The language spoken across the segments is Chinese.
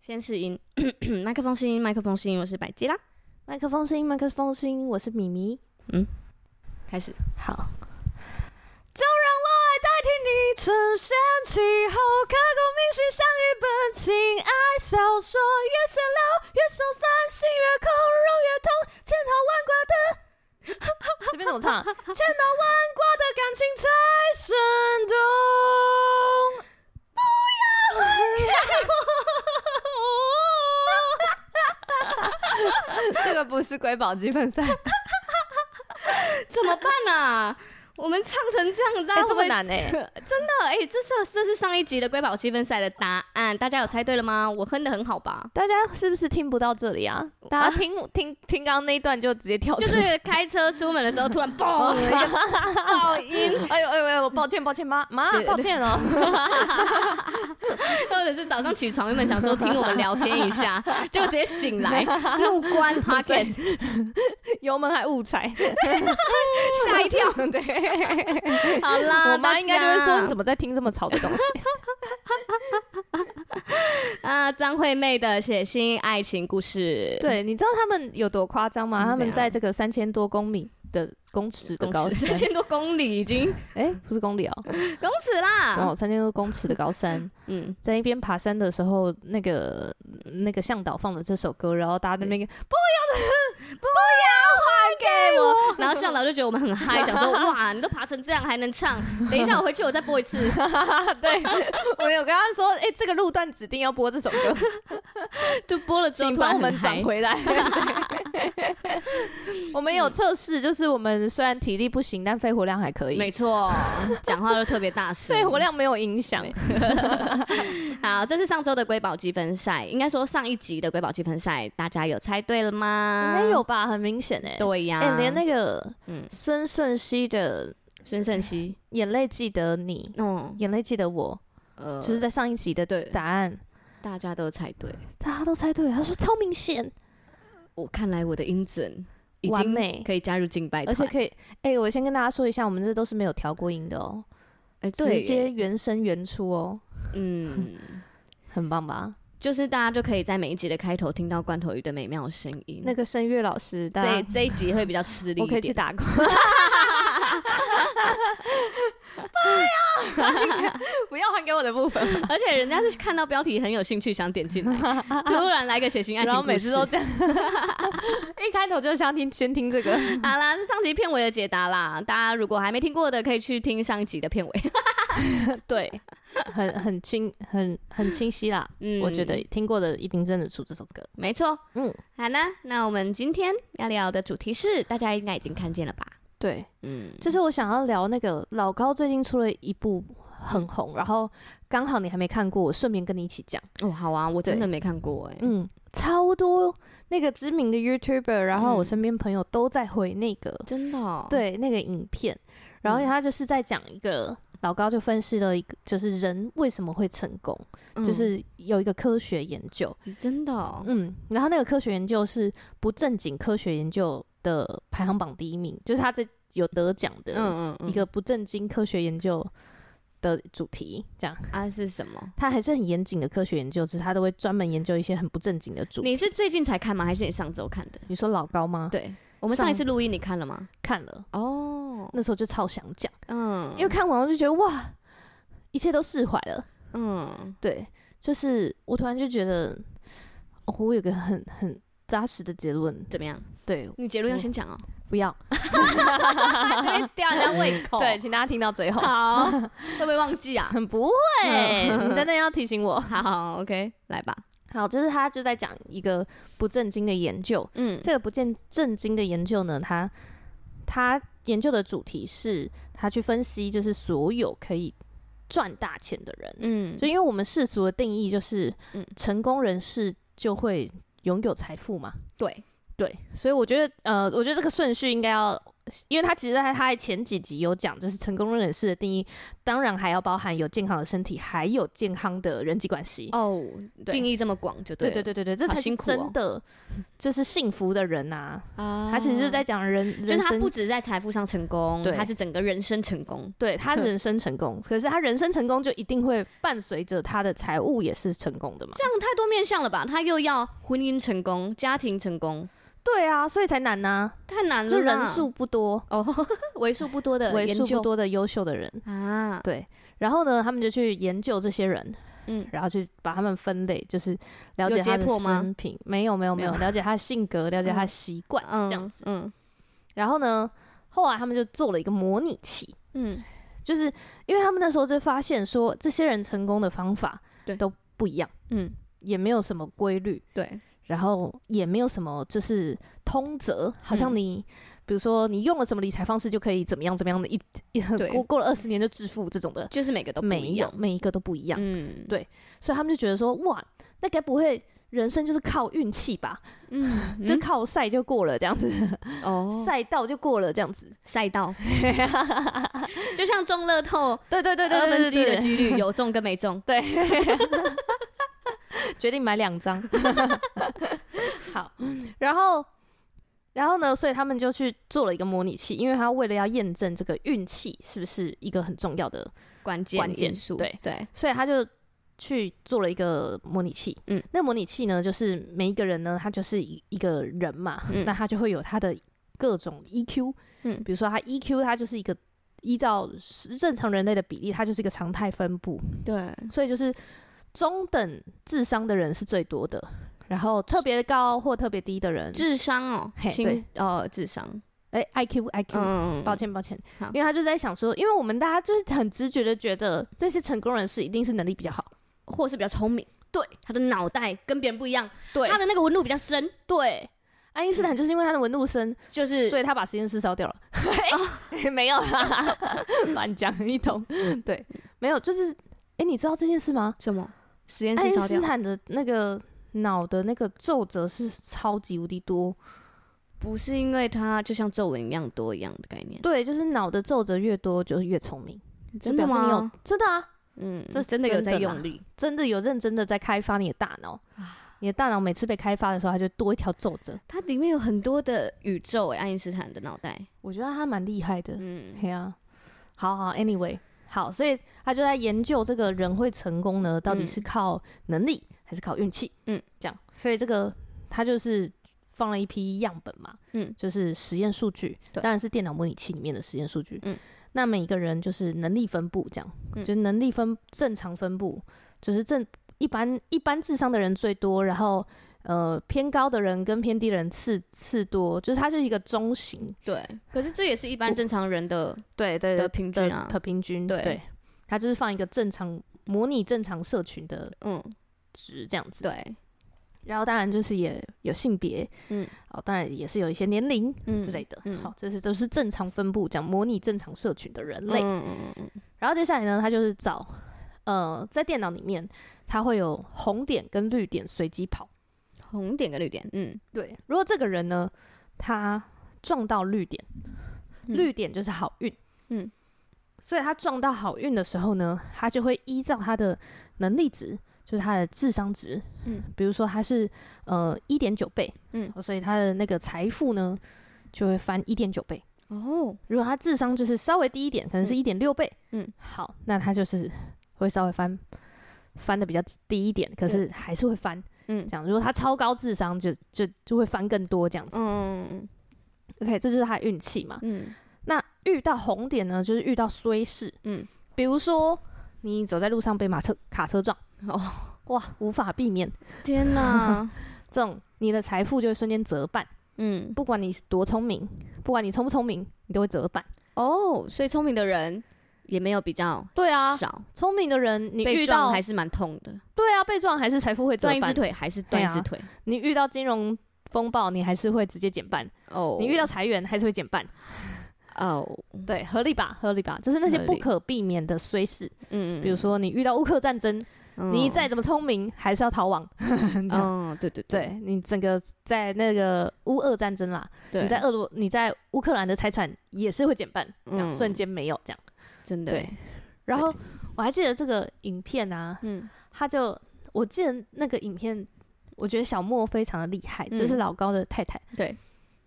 先试音， 麦克风试音，麦克风试音，我是百吉啦，麦克风声音，麦克风声音，我是米米。开始。好，就让我来代替你呈现气候，刻骨铭心，像一本情爱小说。越显老，越受伤，心越空，肉越痛，千头万剐的。这边怎么唱？ 千头万剐的感情才生动。不要离开我。这个不是瑰宝积分 赛，哎怎么办啊？我们唱成这样子、哎、啊，会这不么会难哎、真的哎、这是这是上一集的瑰宝积分赛的答案，大家有猜对了吗？我哼的很好吧？ 大家是不是听不到这里啊？大家听听听刚刚那一段就直接跳出，就是开车出哦门的哦时候突 然嘣一个爆音， 哎呦哎呦哎呦，抱歉抱歉，妈妈对抱歉哦。或者是早上起床原本想说听我们聊天一 下，结果直接醒 来怒关 Pocket， 油门还误踩，吓一跳。 对，好啦，我妈应该就会说你怎么么在听这么吵的东 西？啊？张惠妹的写信爱情故事，，对，你知道他们有多夸张嗯吗？他怎们样在这个三千多公米的啊公尺的高公尺山三，千多公里已经 哎，不是 公里哦，公尺啦，哦，三千多公尺的高山，嗯。在一边爬山的时候，那个那个向导放了这首歌，然后大家在那边 哎给我。然后向导就觉得我们很 嗨，想说哇，你都爬成这样还能唱，等一下我回去我再播一次。 对，我有跟他说，哎、这个路段指定要播这首歌，就播了之后请突帮然我们很转嗨，回 来。 我们嗯有测试，就是我们虽然体力不行，但肺活量还可以，没错，讲话都特别大声。肺活量没有影响。 好，这是上周的瑰宝积分赛，应该说上一集的瑰宝积分赛，大家有猜对了吗？应该有吧，很明显哎、对呀、哎、连那个嗯孙盛熙的《孙胜熙，眼泪记得你》。嗯眼泪记得我，呃，就是在上一集的对答案，呃大家都猜对。大家都猜对了。他说超明显，我看来我的音准已完经美可以加入敬拜而团，且可以。哎、我先跟大家说一下，我们这都是没有调过音的哦、哎对直接耶，原声原出哦、嗯。很棒吧？就是大家就可以在每一集的开头听到罐头鱼的美妙声音。那个声乐老师，大嗯这家这一集会比较吃力 我可一以点。去打工。啊不要还给我的部分， 而且人家是看到标题很有兴趣，想点进来，突然来个血 腥爱情然后故事每次都这样，一开头就想听先听这个，好啦，这上集片尾的解答啦，大家如果还没听过的，可以去听上一集的片尾。 对，很很清很很清晰啦。嗯我觉得听过的一定认得出这首歌。没错。嗯，好呢，那我们今天要聊的主题是，大家应该已经看见了吧？对，嗯，就是我想要聊那个老高最近出了一部很红，然后刚好你还没看过，我顺便跟你一起讲。哦，好啊，我真对的没看过哎、嗯，超多那个知名的 YouTuber，然后我嗯身边朋友都在回那个，真的、哦。，对那个影片，然后嗯他就是在讲一个、老高就分析了一个，就是人为什么会成功，嗯就是有一个科学研究，真的、哦。嗯，然后那个科学研究是不正经科学研究的排行榜第一名，就是他这有得奖的嗯嗯嗯，一个不正经科学研究。的主题这样，啊是什么？他还是很严谨的科学研究，只是他都会专门研究一些很不正经的主题。你是最近才看吗？还是你上周看的？你说老高吗？，对，我们上上一次录音你看了吗？看了哦，那时候就超想讲，嗯，因为看完我就觉得哇，一切都释怀了。嗯，对，就是我突然就觉得，哦、我有个很很扎实的结论，怎么样？对，你结论要我啊先讲哦，不要，直接吊人家胃 口。哦对，，请大家听到最后， 好，会不会忘记啊？很不会， 你真的要提醒我。好，OK，来吧。好，就是他就在讲一个不正经的研究，嗯这个不见正经的研究呢，他他研究的主题是他去分析，就是所有可以赚大钱的人，嗯就因为我们世俗的定义就是，嗯成功人士就会拥有财富嘛。对，对，所以我觉得，呃，我觉得这个顺序应该要因为他其实在他的前几集有讲，就是成功人士的定义，当然还要包含有健康的身体，还有健康的人际关系。哦，对定义这么广就对对对对对对对，这好才是辛苦哦真的，就是幸福的人呐、啊他其实就是在讲人，就是人他生不止在财富上成功，对他是整个人生成功。对他人生成功，可是他人生成功就一定会伴随着他的财务也是成功的嘛？这样太多面向了吧？他又要婚姻成功、家庭成功，对啊，所以才难呐、太难了啦。就人数不多，哦， 为数不嗯多的为研数究不多的优秀的人，啊，对。然后呢，他们就去研究这些人，嗯，然后去把他们分类，就是了有解他解的剖吗生平，没有没有没有，没了解他的性格，了解他的习惯、嗯，这样子。嗯然后呢，后来他们就做了一个模拟器，嗯，就是因为他们那时候就发现说，这些人成功的方法对都不一样，嗯，也没有什么规律，对，然后也没有什么就是通则，好像嗯你、比如说你用了什么理财方式就可以怎么样怎么样的一，对过过了二十年就致富这种的，就是每个都不没一有样，每一个都不一样，嗯，对所以他们就觉得说，哇，那该不会人生就是靠运气吧？ 嗯，就靠赛就过了这样子，哦，赛道就过了这样子。赛道， 就像中乐透 对对对对二对分之一对的对几率，有中跟没中，对，决定买两 张。好，然后。然后呢，所以他们就去做了一个模拟器，因为他为了要验证这个运气是不是一个很重要的关键 关键因素，对对，所以他就去做了一个模拟器。嗯，那模拟器呢，就是每一个人呢，他就是一一个人嘛，嗯那他就会有他的各种 EQ。嗯比如说他 EQ，他就是一个依照正常人类的比例，它就是一个常态分布，对，所以就是中等智商的人是最多的，然后特别高或特别低的人，智商哦，嘿心哦，智商，哎、i q IQ，、嗯，抱歉抱歉好，因为他就在想说，因为我们大家就是很直觉的觉得这些成功人士一定是能力比较好，或是比较聪明，对，他的脑袋跟别人不一样，对他的那个纹路比较深，对，爱因斯坦就是因为他的纹路深，嗯就是哦所以他把实验室烧掉了。哎 没有啦，乱讲一通。嗯对，没有，就是哎、诶你知道这件事吗？什么实验爱室因烧斯掉，坦的那个脑的那个皱褶是超级无敌多，不是因为它就像皱纹一样多一样的概念，对，就是脑的皱褶越多就是越聪明，就真的表示你有吗？真的啊，嗯，这是真的有真的在啦用力，真的有认真的在开发你的大脑。啊你的大脑每次被开发的时候，它就多一条皱褶。它里面有很多的宇宙哎，爱因斯坦的脑袋，我觉得他蛮厉害的，嗯，对啊，好好，anyway，好，所以他就在研究这个人会成功呢，到底嗯是靠能力还是靠运气？嗯，这样，所以这个他就是放了一批样本嘛，嗯，就是实验数据，对当然是电脑模拟器里面的实验数据，嗯，那每一个人就是能力分布这样，嗯就是能力分正常分布，就是正一般一般智商的人最多，然后。呃，偏高的人跟偏低的人次次多，就是它就是一个中型，对。可是这也是一般正常人的对对的平均啊的，平均，对对，他就是放一个正常模拟正常社群的嗯，值这样子，，对，然后当然就是也有性别，嗯，哦，当然也是有一些年龄嗯之类的，嗯好，就是都是正常分布，讲模拟正常社群的人类，嗯嗯嗯嗯然后接下来呢，他就是找，呃，在电脑里面他会有红点跟绿点随机跑，红点跟绿点，嗯，对，如果这个人呢，他撞到绿点，嗯绿点就是好运，嗯，所以他撞到好运的时候呢，他就会依照他的能力值，就是他的智商值，嗯，比如说他是呃一点九倍，哦嗯，所以他的那个财富呢就会翻一点九倍。哦，如果他智商就是稍微低一点，可能是嗯一点六倍，嗯，好，那他就是会稍微翻。翻的比较低一点，可是还是会翻。嗯这样，如果他超高智商就，就就会翻更多这样子。嗯 OK，这就是他的运气嘛。嗯那遇到红点呢，就是遇到衰事，嗯，比如说你走在路上被马车卡车撞，嗯，哦，哇，无法避免，嗯天 哪，这种你的财富就会瞬间折半，嗯，不管你多聪明，不管你聪不聪明，你都会折半。哦，所以聪明的人也没有比较对啊少，聪明的人，你被遇撞到还是蛮痛的，对啊，被撞还是财富会折断一只半，腿还是断一对只啊腿，你遇到金融风暴，你还是会直接减半，哦，你遇到裁员还是会减半，哦，对，合理吧？合理吧？就是那些合理不可避免的衰事，嗯，比如说你遇到乌克战争，你在再怎么聪明，还是要逃亡。这样嗯，对对对你整个在那个乌俄战争啦，对，你在俄罗你在乌克兰的财产也是会减半，这样嗯瞬间没有这样。真的对，然后我还记得这个影片啊，嗯他就我记得那个影片，我觉得小莫非常的厉害，就是嗯老高的太太，对，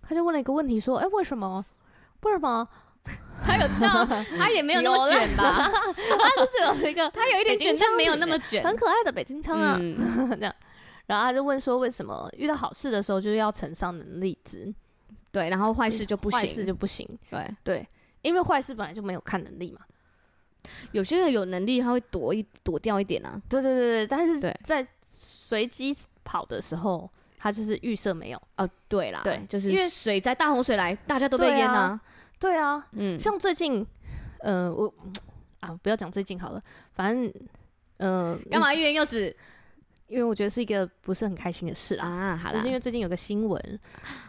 他就问了一个问题说，哎、为什么？为什么？ 他有这样，他也没有那么有啦卷吧？ 他就是有一个他有一点北京卷，但腔没有里那么面卷，很可爱的北京腔啊，嗯，这样。然后他就问说，为什么遇到好事的时候就是要承上能力值，对，然后坏事就不坏事行，就不行？对，对，因为坏事本来就没有看能力嘛。有些人有能力他会躲一躲掉一点啊，对对对对，但是对在随机跑的时候，他就是预设没有。哦，对啦，对就因为是水灾大洪水来，大家都被对淹啊啊，对啊，嗯，像最近，呃，我啊，不要讲最近好了，反正，呃，干？嘛欲言又止因为我觉得是一个不是很开心的事啦。啊？好就啦哦是，因为最近有个新闻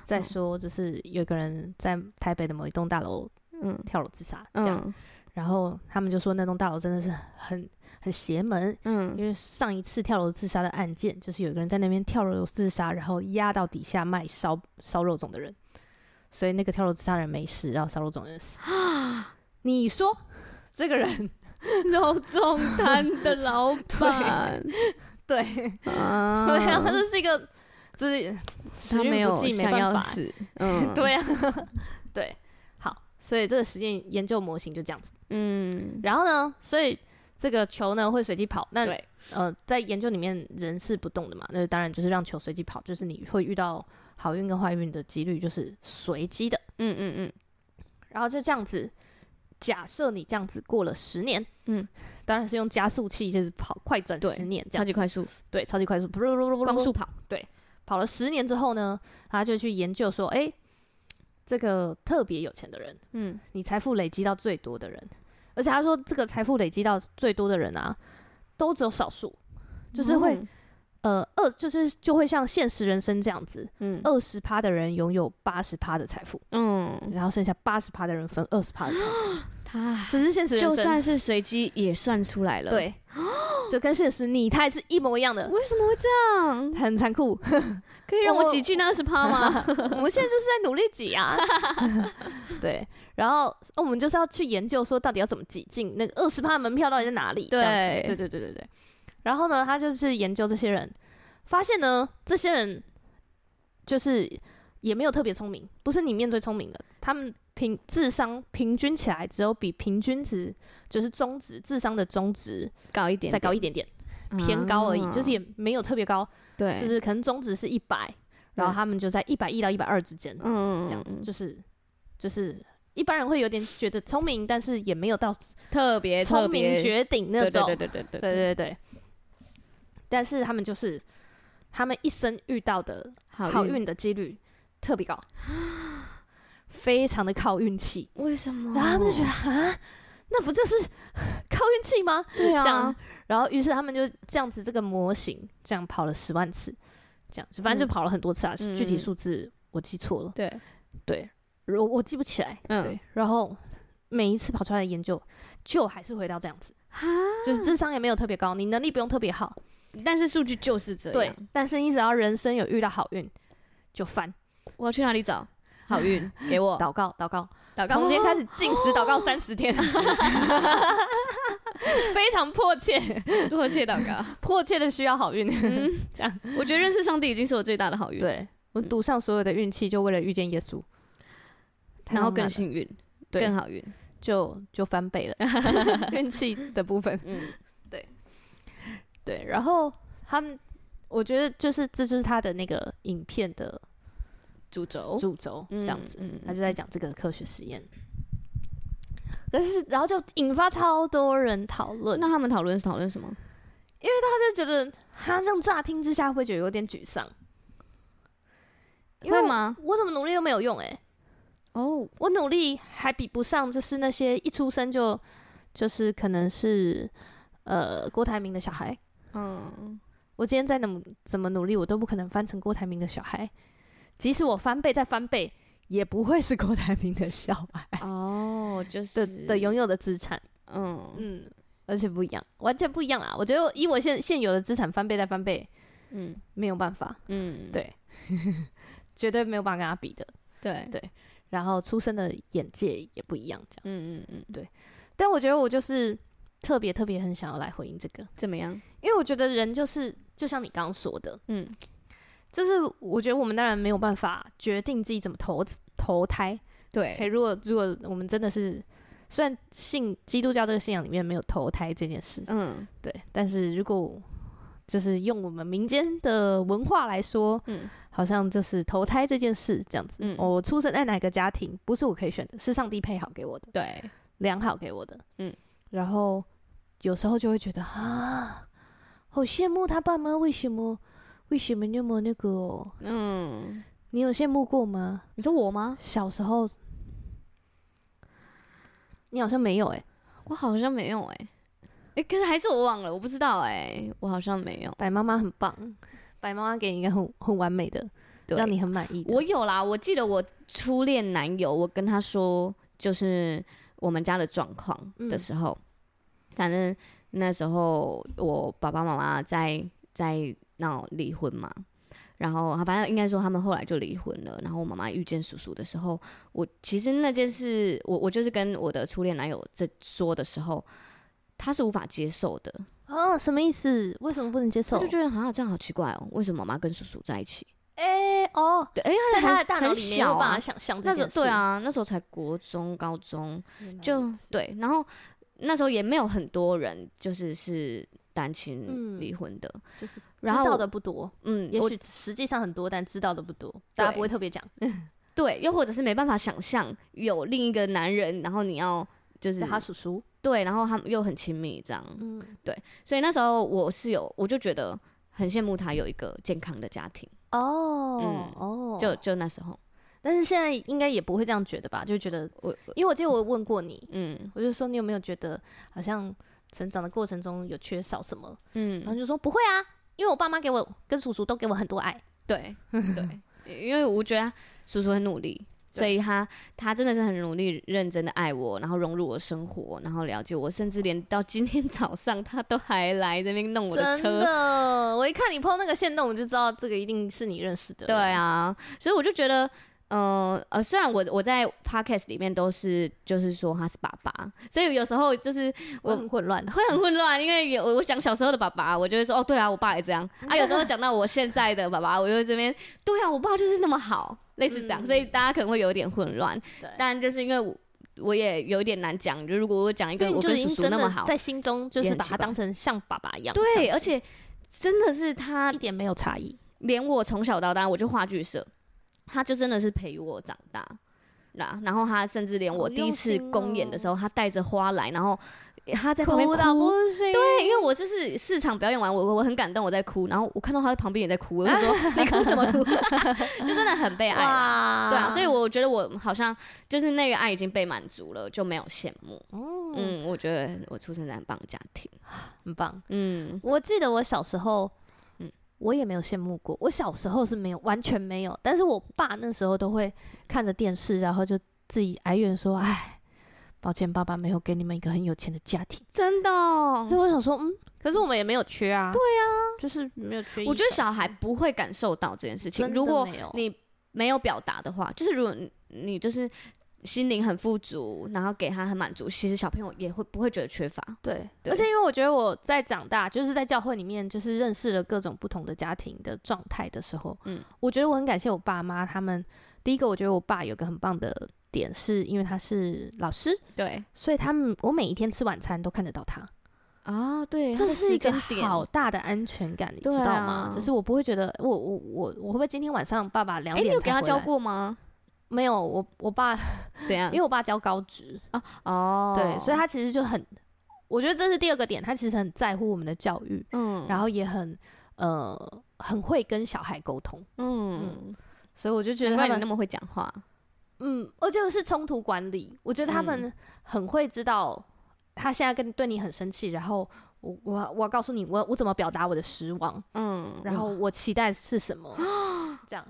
在说，就是有一个人在台北的某一栋大楼嗯跳楼自杀，这样，嗯然后他们就说那栋大楼真的是很很邪门，嗯因为上一次跳楼自杀的案件，就是有一个人在那边跳楼自杀，然后压到底下卖烧烧肉粽的人，所以那个跳楼自杀人没事，然后烧肉粽的人死。 你说这个人肉粽摊的老板 板，对，啊 对啊，这是一个就是他时没运有不济，没想办要法，死，嗯， 对啊，对，好，所以这个实验研究模型就这样子。嗯，然后呢，所以这个球呢会随机跑，那对，呃，在研究里面，人是不动的嘛，那当然就是让球随机跑，就是你会遇到好运跟坏运的几率就是随机的。嗯嗯嗯，然后就这样子，假设你这样子过了十年，嗯，当然是用加速器就是跑快转对十年超这样，级快速，对，超级快速，噗噜噜噜噜噜光速跑，跑了十年之后呢，他就去研究说，哎、这个特别有钱的人，嗯，你财富累积到最多的人，而且他说这个财富累积到最多的人啊，都只有少数，就是会、嗯，呃二就是就会像现实人生这样子，嗯二十趴的人拥有八十趴的财富，嗯，然后剩下八十趴的人分二十趴的财 富，他这是现实人就生，算是随机也算出来了，，对，就跟现实你他也是一模一样的，为什么会这样？很残酷。可以让我我挤进那二十趴吗？ 我们现在就是在努力挤 啊，对，然后哦我们就是要去研究说到底要怎么挤进那个二十趴的门票到底在哪里，对这样子对对对对对。然后呢，他就是研究这些人，发现呢，这些人就是也没有特别聪明，不是里面最聪明的，他们平智商平均起来只有比平均值，就是中值智商的中值高一点，嗯啊再高一点点，偏高而已，就是也没有特别高，对，就是可能中值是一百，然后对他们就在一百一到一百二之间，嗯这样子，就是就是一般人会有点觉得聪明，但是也没有到特别特聪明别绝顶那对种，对对对对对对对但是他们就是他们一生遇到的好好运运的几率特 别高，非常的靠运气。为什么？然后他们就觉得哦啊，那不就是 靠运气吗？对这啊样，，然后于是他们就这样子这个模型这样跑了十万次，这样就反嗯正就跑了很多次啊，具体嗯嗯数字我记错了，对，对，我我记不起来，嗯对，然后每一次跑出来的研究，就还是回到这样子，就是智商也没有特别高，你能力不用特别好，但是数据就是这对样。，但是你只要人生有遇到好运，就翻我要去哪里 找好运？给我祷告祷告，祷告， 从今天开始禁食祷 告三十天，非常迫切始迫切祷 告。迫切的需要好运，这样我觉得认识上帝已经是我最大的好运，， 对嗯我赌上所有的运气，就为了遇见耶稣，太然后浪漫更了幸运，对更好运。就就翻倍了， 运气的部分。嗯，对，然后他们，我觉得就是这就是他的那个影片的主轴主轴，这样子，哦嗯他就在讲这个科学实验。但是，然后就引发超多人讨论，那他们讨论是讨论什么？他就觉得他这样乍听之下会觉得有点沮丧，因为会吗？我怎么努力都没有用、欸，哦，我努力还比不上，就是那些一出生就就是可能是呃郭台铭的小孩。哦嗯，我今天再怎么怎么努力，我都不可能翻成郭台铭的小孩。即使我翻倍再翻倍，也不会是郭台铭的小孩哦，就的是的拥有的资产。嗯，嗯，而且不一样，完全不一样啊！我觉得以我现现有的资产翻倍再翻倍，嗯没有办法，嗯，对绝对没有办法跟他比的。对，然后出生的眼界也不一样，这样。嗯嗯嗯，但我觉得我就是特别特别很想要来回应这个，怎么样？因为我觉得人就是就像你刚刚说的，嗯就是我觉得我们当然没有办法决定自己怎么投资投胎。哎、对，如果如果我们真的是，虽然信基督教这个信仰里面没有投胎这件事，嗯对，但是如果就是用我们民间的文化来说，嗯好像就是投胎这件事这样子。嗯我出生在哪个家庭不是我可以选的，是上帝配好给我的，对，量好给我的。嗯，然后有时候就会觉得啊，好羡慕他爸妈，为什么为什么那么那个、哦？嗯，你有羡慕过吗？你说我吗？小时候，你好像没有哎、我好像没有哎、欸，哎、可是还是我忘了，我不知道哎、我好像没有。白妈妈很棒，白妈妈给你一个很 很完美的，对，让你很满意的。我有啦，我记得我初恋男友，我跟他说就是我们家的状况的时嗯候，反正那时候我爸爸妈妈在在闹离婚嘛，然后反正应该说他们后来就离婚了。然后我妈妈遇见叔叔的时候，我其实那件事，我我就是跟我的初恋男友在说的时候，他是无法接受的，啊，什么意思？为什么不能接受他就？觉得好像这样好奇怪哦，为什么妈妈跟叔叔在一起？哎、哦，对，哎、在他很的大脑很里面小有办啊法，想象这那时件候事。哦对，啊，那时候才国中、高中，就对，然后那时候也没有很多人就是是单亲嗯离婚的，就是然后知道我的不多，嗯，也我许实际上很多，但知道的不多，大家不会特别讲。对，又或者是没办法想象有另一个男人，然后你要就是是他叔叔，对，然后他们又很亲密这样，嗯，所以那时候我是有，我就觉得很羡慕他有一个健康的家庭，哦嗯，哦，就就那时候，但是现在应该也不会这样觉得吧？就觉得我我因为我记得我问过你，嗯我就说你有没有觉得好像成长的过程中有缺少什么？然后嗯，就说不会啊，因为我爸妈给我跟叔叔都给我很多爱。对对，因为我觉得他叔叔很努力，所以他他真的是很努力、认真的爱我，然后融入我生活，然后了解我，甚至连到今天早上他都还来这边弄我的真车。的，我一看你 PO 那个线动，我就知道这个一定是你认识的。对，啊，所以我就觉得，呃呃，虽然我我在 podcast 里面都是就是说他是爸爸，所以有时候就是我我很混 乱。会很混乱，因为有我想小时候的爸爸，我就会说哦，对啊，我爸也这样啊。有时候讲到我现在的爸爸，我就会这边对啊，我爸就是那么好，类似这样，嗯所以大家可能会有点混乱对。但就是因为我我也有点难讲，就如果我讲一因个为我你就跟已叔经叔真那么的好，在心中就也是很把奇他怪当成像爸爸一样，这对，样而子且真的是他一点没有差异。连我从小到大，我就话剧社，他就真的是陪我长大。那然后他甚至连我好第一用次心公演的哦时候，他带着花来，然后他在旁边行，对，因为我就是市场表演完，我我我很感动，我在哭，然后我看到他在旁边也在哭，我就说 你哭什么哭，就真的很被爱啦。哇对啊，所以我觉得我好像就是那个爱已经被满足了，就没有羡慕。嗯，嗯，我觉得我出生在很棒的家庭。很棒。嗯我记得我小时候，嗯嗯，我也没有羡慕过。我小时候是没有，完全没有。但是我爸那时候都会看着电视，然后就自己哀怨说：“哎，抱歉，爸爸没有给你们一个很有钱的家庭。”真的哦、所以我想说，嗯，可是我们也没有缺啊。对啊，就是没有缺。我觉得小孩不会感受到这件事情。真的如果没有你没有表达的话，就是如果你你就是心灵很富足，然后给他很满足，其实小朋友也会不会觉得缺乏。对，对而且因为我觉得我在长大，就是在教会里面，就是认识了各种不同的家庭的状态的时候，嗯嗯，我觉得我很感谢我爸妈他们。第一个，我觉得我爸有个很棒的点，是因为他是老师，对所以他们我每一天吃晚餐都看得到他，啊，对，他这的是一时个间点好大的安全感，你知对道啊吗？只是我不会觉得我我我我会不会今天晚上爸爸两哎、你点有才给他回教来？过吗？ 没有，我我爸怎样因为我爸教高职，啊哦，对，所以他其实就很，我觉得这是第二个点，他其实很在乎我们的教育，嗯，然后后也很呃很会跟小孩沟通，嗯，所以我就觉难得怪他你那们么会讲话，嗯，而且是冲突管理，我觉得他嗯们很会知道他现在跟对你很生气，然后我我我要告诉你我我怎么表达我的失望，嗯，然后哇我期待是 什么，这样。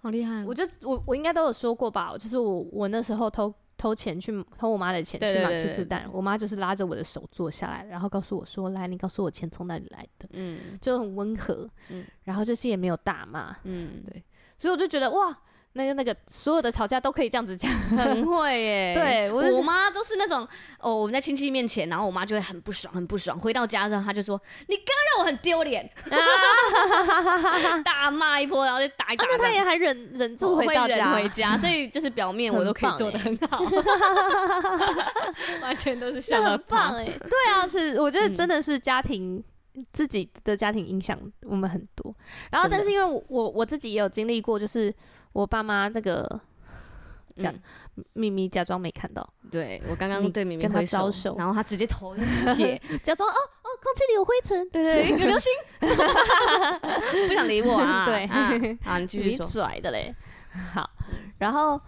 好厉害哦，我就我我应该都有说过吧，就是我我那时候偷偷钱去偷我妈的钱对去买对对对 QQ 蛋，我妈就是拉着我的手坐下来，然后告诉我说：“来，你告诉我钱从哪里来的。”嗯就很温和，嗯然后就是也没有大骂，嗯，所以我就觉得哇，那个那个所有的吵架都可以这样子讲，很会耶。 对哎我就我是妈都是那种哦，我们在亲戚面前，然后我妈就会很不爽，很不爽。回到家之后，她就说：“你刚刚让我很丢脸。”大骂一波，然后就打一打啊 啊，那他也还忍忍住回会到忍家，欸回家，所以就是表面我都可以做的很 好，完全都是这想很到嗯他棒哎、对啊，是我觉得嗯真的是家庭、自己的家庭影响我们很多。然后，真的但是因为我我我自己也有经历过，就是我爸妈那个这样嗯秘密假装没看到， 对我刚刚你对明明跟他挥手招，手然后他直接投那 铁，假装哦哦，空气里有灰 尘，对对，有 流星，不想理我啊！ 对啊，好，你继续你说。拽的 嘞。好，然后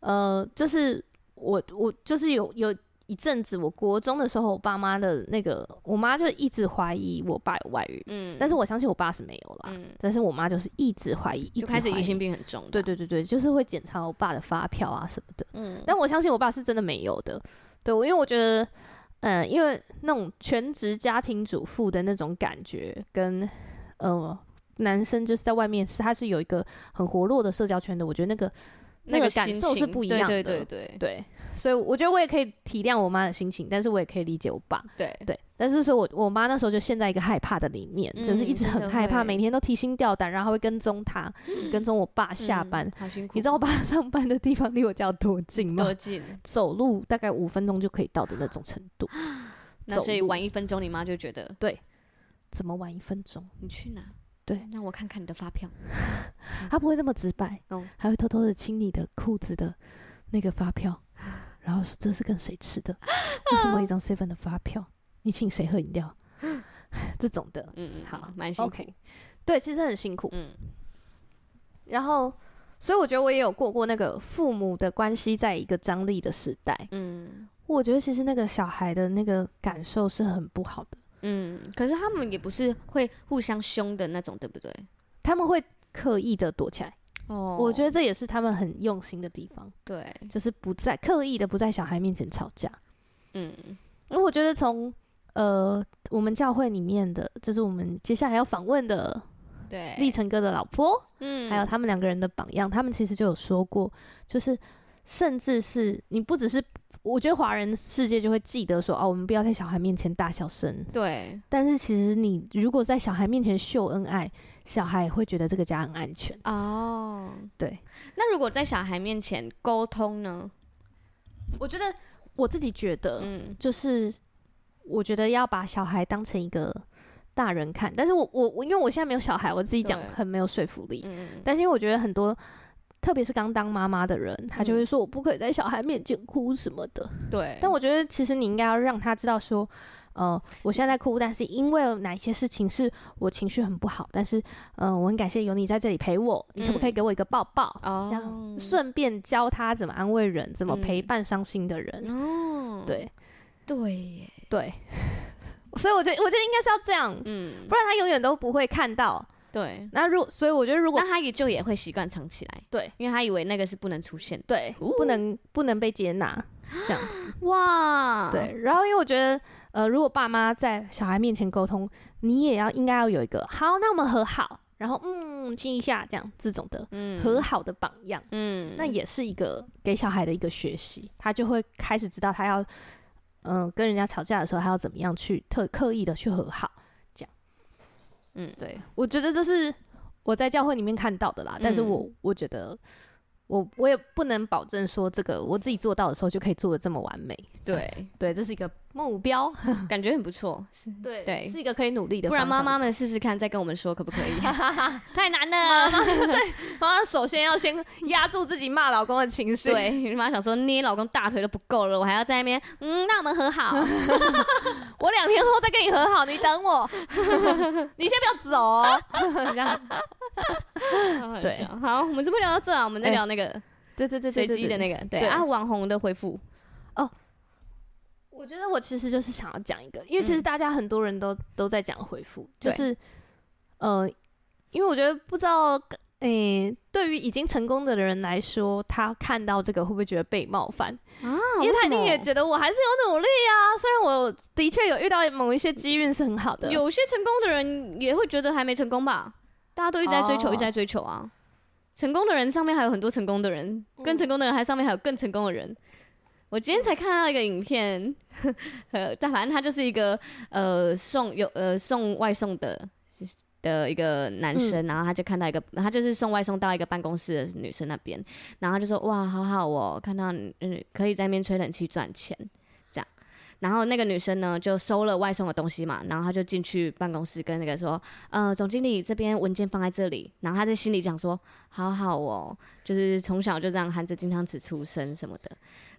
呃，就是我我就是有有一阵子，我国中的时候，我爸妈的那个，我妈就一直怀疑我爸有外遇，嗯但是我相信我爸是没有啦。嗯，但是我妈就是一直怀疑，一就直开始怀疑心疑。病很重。对，对对对，就是会检查我爸的发票啊什么的。嗯，但我相信我爸是真的没有的。对，我因为我觉得，嗯、因为那种全职家庭主妇的那种感觉，跟呃男生就是在外面是他是有一个很活络的社交圈的，我觉得那个那个个感心受是情不一对样对对的。对对所以我觉得我也可以体谅我妈的心情，但是我也可以理解我爸。对对，但是所以我我妈那时候就陷在一个害怕的里面，就是一嗯直真的很害怕，会每天都提心吊胆，然后还会跟踪他，跟踪我爸下班。嗯好辛苦。你知道我爸 上班的地方离我家有多近吗多？近？走路大概五分钟就可以到的那种程度。那走所以路晚一分钟，你妈就觉得怎么晚一分钟？你去哪？对，让我看看你的发票。他不会这么直白，嗯哦还会偷偷的亲你的裤子的那个发票，然后说这是跟谁吃的？为什么一张 seven 的发票？你请谁喝饮料？这种的。嗯嗯，好蛮辛苦。 OK，对，其实很辛苦。嗯然后，所以我觉得我也有过过那个父母的关系在一个张力的时代。嗯我觉得其实那个小孩的那个感受是很不好的，嗯，可是他们也不是会互相凶的那种，对不对？他们会刻意的躲起来。哦嗯我觉得得这也是他们很用心的地方，对，就是不在刻意的不在小孩面前吵架。嗯因为我觉得从呃我们教会里面的，就是我们接下来要访问的对，立成哥的老婆，嗯还有他们两个人的榜样，他们其实就有说过，就是甚至是你不只是，我觉得华人世界就会记得说，哦，我们不要在小孩面前大小声。对但是其实你如果在小孩面前秀恩爱，小孩会觉得这个家很安全。哦，对，那如果在小孩面前沟通呢？我觉得我自己觉得，嗯就是我觉得要把小孩当成一个大人看，但是我我我因为我现在没有小孩，我自己讲对很没有说服力。嗯，但是因为我觉得很多，特别是刚当妈妈的人，他嗯就会说我不可以在小孩面前哭什么的。对，但我觉得其实你应该要让他知道说，呃，我现在在哭，但是因为哪一些事情是我情绪很不好，但是嗯、呃我很感谢有你在这里陪我，你可不可以嗯给我一个抱抱？这哦样，顺便教他怎么安慰人，怎么陪嗯伴伤心的人。哦，对，对耶，对， 所以我觉得我觉得应该是要这样，嗯不，然他永远都不会看到。对，那如所以我觉得如果那他也就也会习惯藏起来，对，因为他以为那个是不能出现的，对不能不能被接纳这样子，哇，对。然后因为我觉得呃，如果爸妈在小孩面前沟通，你也要应该要有一个好，那我们和好，然后嗯亲一下这样这种的嗯，和好的榜样，嗯，那也是一个给小孩的一个学习，他就会开始知道他要嗯、呃跟人家吵架的时候，他要怎么样去特刻意的去和好。嗯对，我觉得这是我在教会里面看到的啦，但是嗯我我觉得我我也不能保证说这个我自己做到的时候就可以做的这么完美。对，对，这是一个目标，感觉很不错，是 对对是一个可以努力的不方向。然妈 妈们试试看，再跟我们说可不可以？啊 太难了， 妈妈首先要先压住自己骂老公的情绪，对，你妈想说捏老公大腿都不够了，我还要在那边，嗯，那我们和 好，我两天后再跟你和好，你等我， 你先不要走哦。 这样，对好好笑好，我们这边聊到这啊，我们再哎聊那个对对对随机的那个。个，对对啊，网红的回复，我觉得我其实就是想要讲一个，因为其实嗯大家很多人都、都在讲回复，就对是呃，因为我觉得不知道。诶、对于已经成功的人来说，他看到这个会不会觉得被冒犯？啊，因为为他一什定么也觉得我还是有努力啊，虽然我的确有遇到某一些机运是很好的，有些成功的人也会觉得还没成功吧？大家都一直在追求，哦一直在追求啊。成功的人上面还有很多成功的人，更成功的人还上面还有更成功的人。我今天才看到一个影片，呃，但反正他就是一个呃送有呃送外送的的一个男生，然后他就看到一个，他就是送外送到一个办公室的女生那边，然后他就说哇，好好哦，看到你嗯可以在那边吹冷气赚钱这样。然后那个女生呢就收了外送的东西嘛，然后她就进去办公室跟那个说，呃，总经理这边文件放在这里。然后她在心里想说，好好哦，就是从小就这样含着金汤匙出生什么的。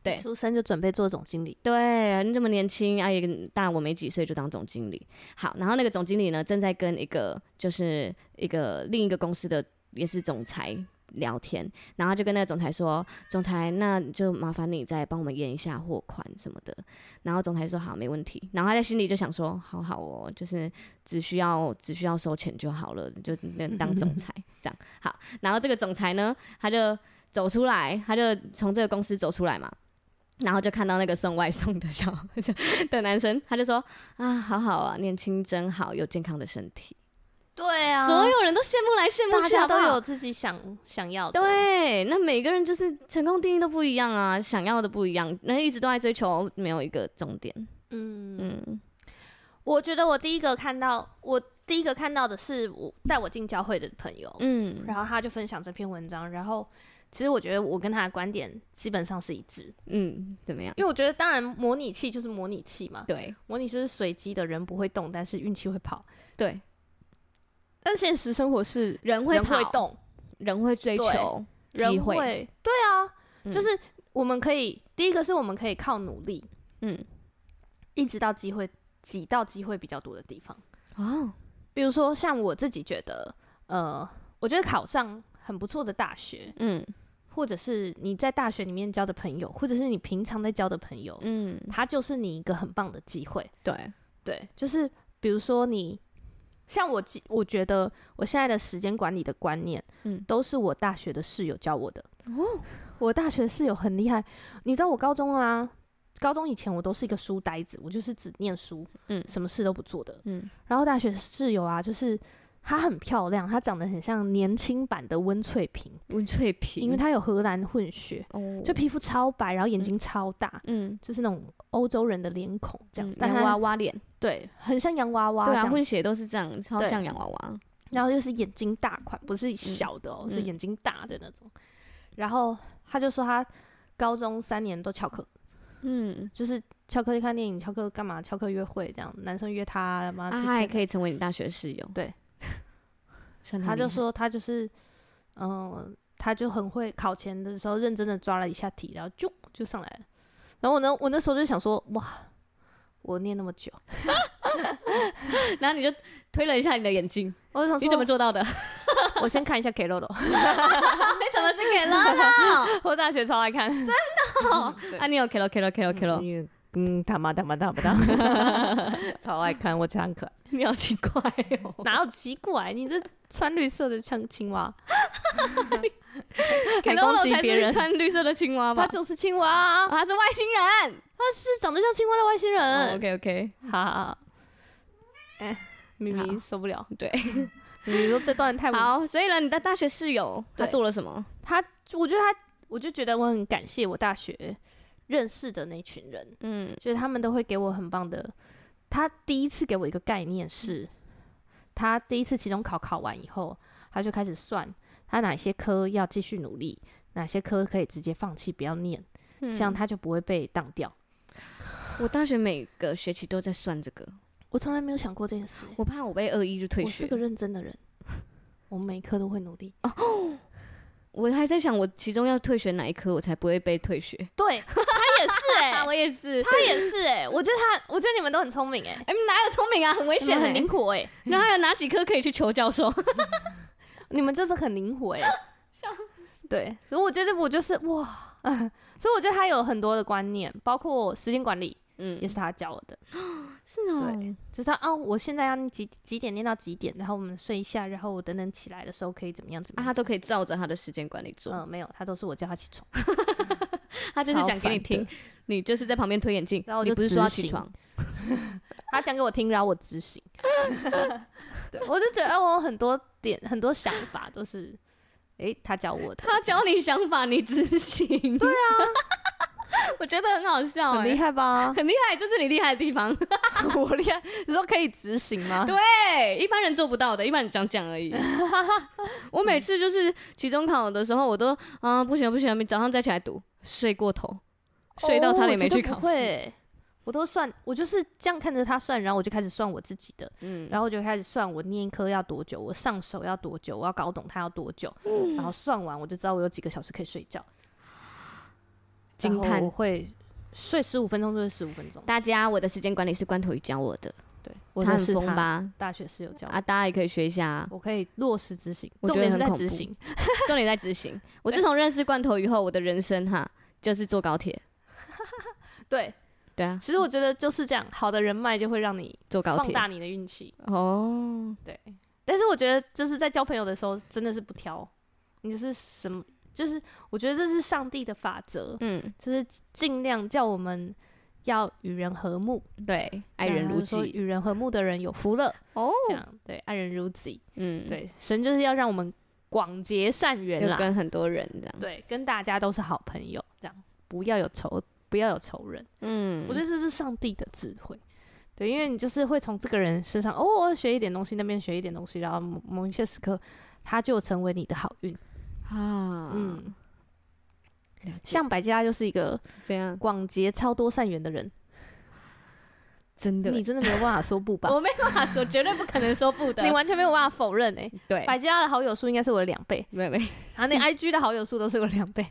对出生就准备做总经理，对，你这么年轻，阿姨大我没几岁就当总经理。好，然后那个总经理呢，正在跟一个就是一个另一个公司的也是总裁聊天，然后他就跟那个总裁说：“总裁，那就麻烦你再帮我们验一下货款什么的。”然后总裁说：“好，没问题。”然后他在心里就想说：“好好哦，就是只需要只需要收钱就好了，就那当总裁这样。”好，然后这个总裁呢，他就走出来，他就从这个公司走出来嘛。然后就看到那个送外送的小 的男生，他就说啊，好好啊，年轻真好，有健康的身体，对所有人都羡慕来羡慕啊大去，家好不都好有自己想想要的，对，那每个人就是成功定义都不一样啊，想要的不一样，那一直都在追求，没有一个重点。嗯嗯，我觉得我第一个看到，我第一个看到的是我带我进教会的朋友，嗯然后他就分享这篇文章，然后其实我觉得我跟他的观点基本上是一致，嗯，怎么样？因为我觉得当然模拟器就是模拟器嘛，对模拟就是随机的，人不会动，但是运气会跑，对，但现实生活是人会人跑，会动，人会追对求机人会，会，对啊，嗯就是我们可以第一个是我们可以靠努力，嗯，一直到机会挤到机会比较多的地方。哦，比如说像我自己觉得，呃，我觉得考上很不错的大学，嗯或者是你在大学里面交的朋友，或者是你平常在交的朋友，嗯，它就是你一个很棒的机会。对，对，就是比如说你，像我记，我觉得我现在的时间管理的观念，嗯都是我大学的室友教我的。哦， 我大学室友很厉害，你知道我高中啊，高中以前我都是一个书呆子，我就是只念书，嗯什么事都不做的。嗯，然后大学室友啊，就是她很漂亮，她长得很像年轻版的温翠萍，文翠萍，因为她有荷兰混血，哦，就皮肤超白，然后眼睛超大，嗯就是那种欧洲人的脸孔这嗯样子，，但洋娃她娃脸。对，很像洋娃娃这对啊，样，混血都是这样，超对像洋娃娃。然后又是眼睛大款，不是小的哦，是嗯眼睛大的那种。然后她就说她高中三年都翘课。嗯，就是翘课去看电影，翘课干嘛？翘课约会这样，男生约她，妈啊，出他还去。可以成为你大学室友。 对，算他很就厉害，说他就是，嗯、他就很会考前的时候认真的抓了一下题，然后就就上来了。然后我呢，我那时候就想说，哇，我念那么久， 然后你就推了一下你的眼睛，我就想 说，你怎么做到的？我先看一下 K 露露，你怎么是 k e l 我大学超爱看，真 的 啊，你有 k e l k e l k e l k e l 你嗯，他妈他妈他妈他， 超爱看，我觉得很可爱。你好奇怪哦。 哪有奇怪？你这穿绿色的像青 蛙， k e 还 l 攻 o 击才别人是，穿绿色的青蛙他吧？就是青蛙啊，啊他是外星人。哦他是长得像青蛙的外星人。 OK OK，好好， 好哎、咪咪好受不了， 对，咪咪说这段太无，好，所以呢，你的大学室友他对做了什么？他我觉得他，我就觉得我很感谢我大学认识的那群人，嗯就是他们都会给我很棒的。他第一次给我一个概念是，他第一次期中考考完以后，他就开始算他哪些科要继续努力，哪些科可以直接放弃不要念，嗯，这样他就不会被当掉。我大学每个学期都在算这个，我从来没有想过这件事、欸我怕我被恶意就退我学是。个认真的人，我每一科都会努力。我还在想，我其中要退学哪一科，我才不会被退学。对他也是哎、啊， 我也是。他也是哎、我觉得他，我觉得你们都很聪明哎、哎、哪有聪明啊，很危你险、们欸，很灵活哎、 然后还有哪几科可以去求教授？你们真的很灵 活哎、对，所以我觉得我就是哇， 所以我觉得他有很多的观念，包括时间管理嗯也是他教我的。是哦，对就是他啊，我现在要几几点念到几点，然后我们睡一下，然后我等等起来的时候可以怎么样怎啊，么样。他都可以照着他的时间管理做，嗯、没有，他都是我叫他起床，他就是超讲给你烦的听，你就是在旁边推眼镜，然后我你就不是说要执起行床，他讲给我听，然后我执行。 对，我就觉得哦我有很多点很多想法都是，诶、他教我的，他教你想法，你执行。对啊， 我觉得很好笑、欸，很厉，害吧？ 很厉害，这是你厉害的地方。我厉害，你说可以执行 吗？对，一般人做不到的，一般人讲讲而 已。我每次就是期中考的时候，我都啊不行不行，明早上再起来读，睡过头，睡到差点没去考哦哦我觉得不试。会我都算，我就是这样看着他算，然后我就开始算我自己的，嗯，然后我就开始算我念一科要多久，我上手要多久，我要搞懂它要多久，嗯然后算完我就知道我有几个小时可以睡觉。惊然后我叹！会睡十五分钟就是十五分钟，大家，我的时间管理是关头宇教我的，对，我他的很是疯他吧？大学室友教啊，我，大家也可以学一下、 啊。我可以落实执行，我重觉得点是很在恐执怖行，重点在执行。我自从认识罐头以后，我的人生哈就是坐高铁。对。对啊，其实我觉得就是这样，好的人脉就会让你坐高放铁。大你的运气。哦，对，但是我觉得就是在交朋友的时候，真的是不挑，你就是什么，就是我觉得这是上帝的法则，嗯，就是尽量叫我们要与人和睦，对，爱人那如他说己。与人和睦的人有福了。哦，这样对，爱人如己，嗯，，对，神就是要让我们广结善缘就啦，跟很多人这样。对，跟大家都是好朋友，这样不要有仇，不要有仇人。嗯，我觉得这是上帝的智慧。对，因为你就是会从这个人身上偶尔学一点东西，那边学一点东西，然后某某一些时刻，他就成为你的好运。啊，嗯，了解，像百吉拉就是一个这样广结超多善缘的人，真的欸，你真的没有办法说不 吧？我没办法说，绝对不可能说 不的。你完全没有办法否认哎、对，百吉拉的好友数应该是我的两倍，没没然后那 IG 的好友数都是我的两倍，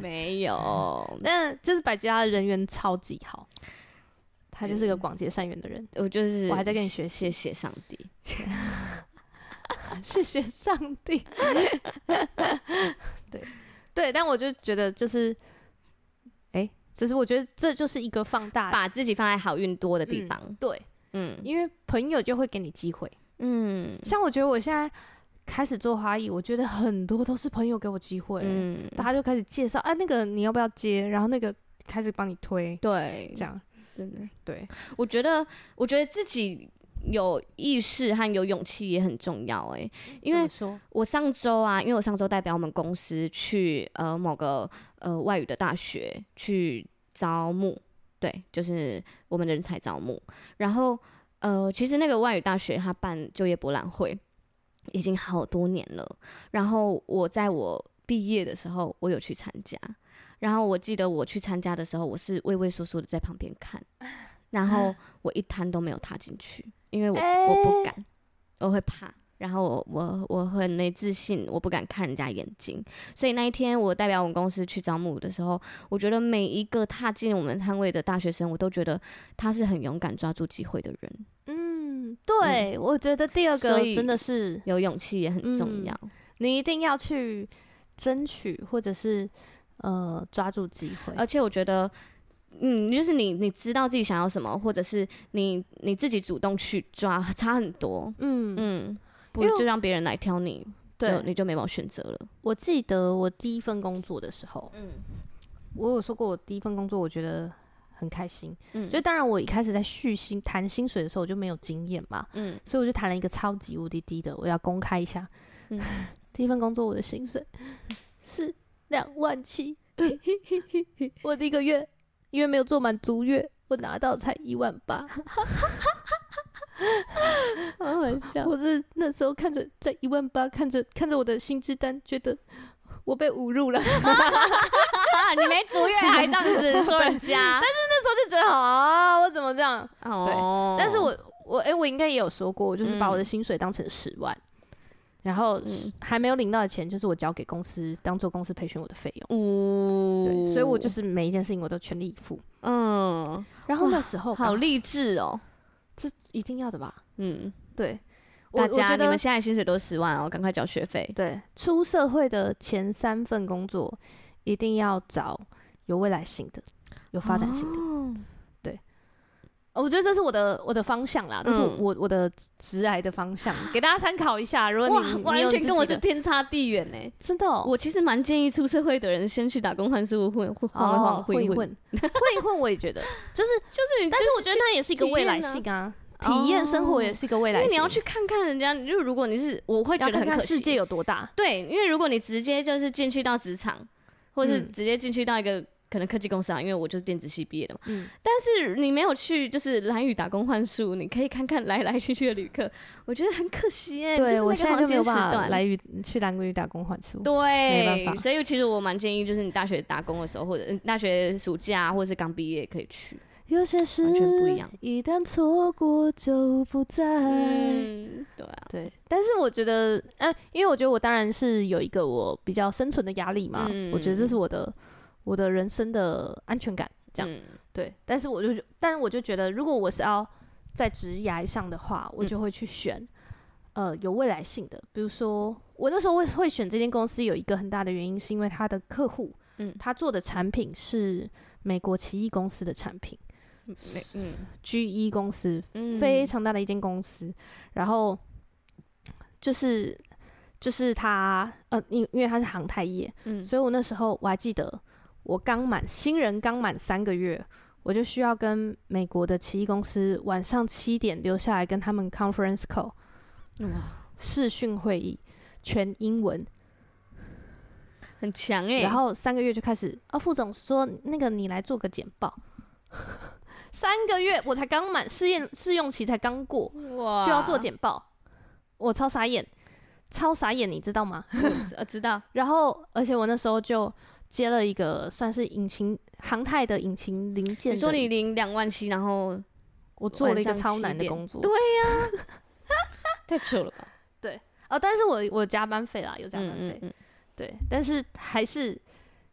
没有，但就是百吉拉的人缘超级好，他就是个广结善缘的人。 我就是我还在跟你学习谢谢上帝。 谢谢上 帝。对对，但我就觉得就是，哎、就是我觉得这就是一个放大把自己放在好运多的地嗯方，对，嗯因为朋友就会给你机会。嗯像我觉得我现在开始做花艺，我觉得很多都是朋友给我机会，嗯，大家就开始介绍，啊，那个你要不要接？然后那个开始帮你推，对，这样嗯真的，对，我觉得，我觉得自己有意识和有勇气也很重要、欸。因嗯怎么为说我上周啊，因为我上周代表我们公司去呃某个呃外语的大学去招募，对，就是我们的人才招募。然后呃，其实那个外语大学它办就业博览会已经好多年了。然后我在我毕业的时候，我有去参加。然后我记得我去参加的时候，我是畏畏缩缩的在旁边看，然后我一摊都没有踏进去，因为我、我不敢，我会怕，然后我我我很没自信，我不敢看人家眼睛。所以那一天我代表我们公司去招募的时候，我觉得每一个踏进我们摊位的大学生，我都觉得他是很勇敢抓住机会的人，嗯，对，我觉得第二所个以真的是有勇气也很重嗯要。你一定要去争取，或者是呃抓住机会。而且我觉得，嗯，就是你你知道自己想要什么，或者是你你自己主动去抓，差很多。嗯嗯，不因为就让别人来挑你，就对，你就没有选择了。我记得我第一份工作的时候，嗯我有说过我第一份工作我觉得很开心，嗯就当然我一开始在续薪谈薪水的时候我就没有经验嘛，嗯，所以我就谈了一个超级无敌低的，我要公开一下，嗯 第一份工作我的薪 水是两万七， 我的一个月因为没有做满足月，我拿到才一万 八。好好笑。我是那时候看着在一万八，看着看着我的薪资单，觉得我被侮辱 了。你没足月还这样子说人 家那时候就觉得啊，我怎么这样？哦但是我我哎、我应该也有说过，我就是把我的嗯薪水当成十万，然后嗯还没有领到的钱就是我交给公司当做公司培训我的费用。呜，对，所以我哦就是每一件事情我都全力以赴。嗯，然后那时候好刚励志哦。这一定要的吧？嗯，对，我大我家觉你们得现在薪水都十万哦，赶快缴学费。对出社会的前三份工作一定要找有未来性的、有发展性的。哦对，哦我觉得这是我的我的方向啦，这是嗯我我的直癌的方向，给大家参考一下。如果哇你，你完有全跟自我己是的天差地远欸呢、真的哦、我其实蛮建议出社会的人先去打工换宿混混晃一哦晃混混一一混，混，混一混，我也觉得就是，就是你但就是我觉得去那也是一个体未验来啊性啊，哦体验生活也是一个未来因性，为你要去看看人家，就如果你是我会觉要得看很看可惜。世界有多大，对，因为如果你直接就是进去到职场，或是嗯直接进去到一个可能科技公司啊，因为我就是电子系毕业的嘛。嗯但是你没有去就是蓝宇打工换宿，你可以看看来来去去的旅客，我觉得很可惜耶、就是对我那现个在黄金就没有时办法段。来鱼去蓝鱼打工换宿，没办对，法所以其实我蛮建议，就是你大学打工的时候，或者嗯大学暑假啊，或者是刚毕业可以去。有些事完全不一样一旦错过就不再。嗯，对啊，对，但是我觉得，嗯、因为我觉得我当然是有一个我比较生存的压力嘛，嗯我觉得这是我的我的人生的安全感，这样、嗯对。但是我就，但我就觉得，如果我是要在职涯上的话，我嗯就会去选、呃有未来性的，比如说我那时候会会选这间公司，有一个很大的原因是因为它的客户，嗯他做的产品是美国奇异公司的产品没嗯 GE 公司，嗯非常大的一间公司，然后就是就是他呃，因因为他是航太业，嗯所以我那时候我还记得，我刚满新人刚满三个月，我就需要跟美国的奇异公司晚上七点留下来跟他们 conference call 哇，视讯会议，全英文，很强哎、然后三个月就开始啊，副总说那个你来做个简报。 三个月，我才刚满试验试用期才刚过，哇就要做简报，我超傻眼，超傻眼，你知道吗？呃知道然后，而且我那时候就接了一个算是引擎航太的引擎零件的，你说你领两万七，然后我做了一个晚上超难7的点工作，对太扯了吧？哦，但是我我加班费啦，有加班嗯费，嗯嗯，对，但是还是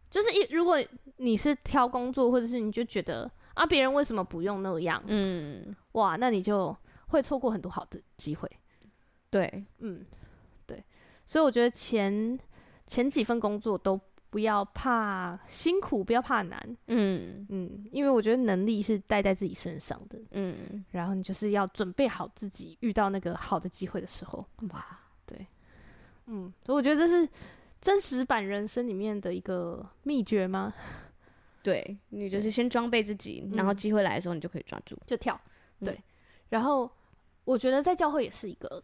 就是一，如果你是挑工作，或者是你就觉得啊，别人为什么不用那样，嗯，哇，那你就会错过很多好的机会，对，嗯，对，所以我觉得前前几份工作都不要怕辛苦，不要怕难，嗯嗯，因为我觉得能力是带在自己身上的，嗯，然后你就是要准备好自己遇到那个好的机会的时候，哇，嗯，所以我觉得这是真实版人生里面的一个秘诀吗？对你就是先装备自己，然后嗯机会来的时候你就可以抓住。就跳，嗯对，然后我觉得在教会也是一个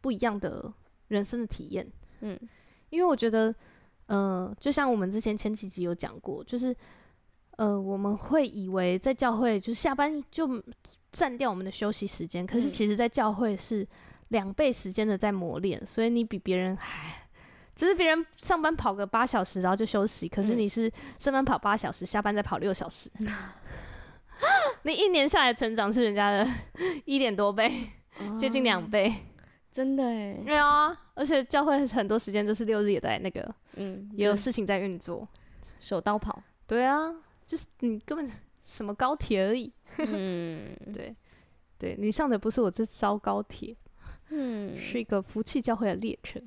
不一样的人生的体验，嗯，因为我觉得，呃，就像我们之前前几集有讲过，就是，呃，我们会以为在教会就是下班就占掉我们的休息时间，可是嗯其实，在教会是两倍时间的在磨练，所以你比别人还。只是别人上班跑个八小时，然后就休息，可是嗯你是上班跑八小时，下班再跑六小时，你一年下来成长是人家的 一点多倍，接近两倍。真的哎，哦对啊，而且教会很多时间就是六日也在那个，嗯，也有就是事情在运作。手刀跑，对啊，就是你根本什么高铁而已。嗯对，对你上的不是我这艘高铁，嗯，是一个福气教会的列车。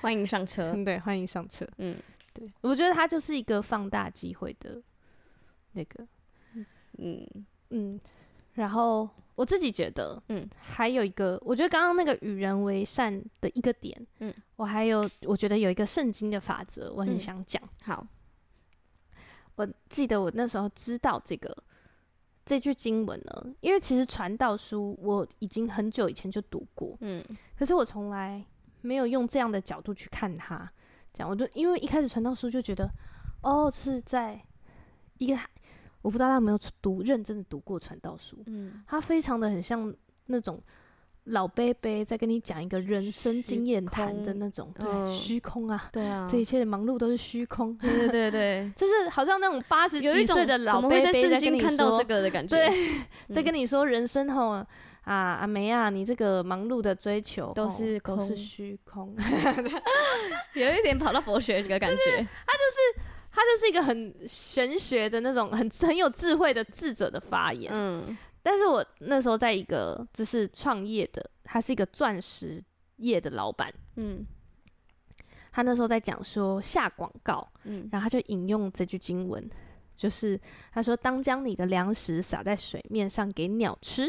欢迎上车。嗯，对，欢迎上车。嗯，对，我觉得它就是一个放大机会的那个嗯嗯，然后我自己觉得，嗯嗯，还有一个，我觉得刚刚那个与人为善的一个点，嗯嗯，我还有我觉得有一个圣经的法则，我嗯很想讲。好，我记得我那时候知道这个这句经文呢，因为其实传道书我已经很久以前就读过，嗯可是我从来没有用这样的角度去看它。这样，我就因为一开始传道书就觉得，哦，是在一个，我不知道他有没有读认真的读过传道书，嗯，他非常的很像那种老伯伯在跟你讲一个人生经验谈的那种，虚空对，嗯虚空啊，对啊，这一切的忙碌都是虚空， 对对对 就是好像那种八十对，有一几种岁的怎老么伯会伯在圣跟经你看到说这个的感觉？对，在嗯跟你说人生吼啊阿梅啊，你这个忙碌的追求都吼是都是空虚 空， 有一点跑到佛学的感觉。他就是一个很玄学的那种很很有智慧的智者的发 言，嗯但是我那时候在一个就是创业的，他是一个钻石业的老板，嗯他那时候在讲说下广告，嗯然后他就引用这句经文，就是他说，当将你的粮食撒在水面上给鸟吃，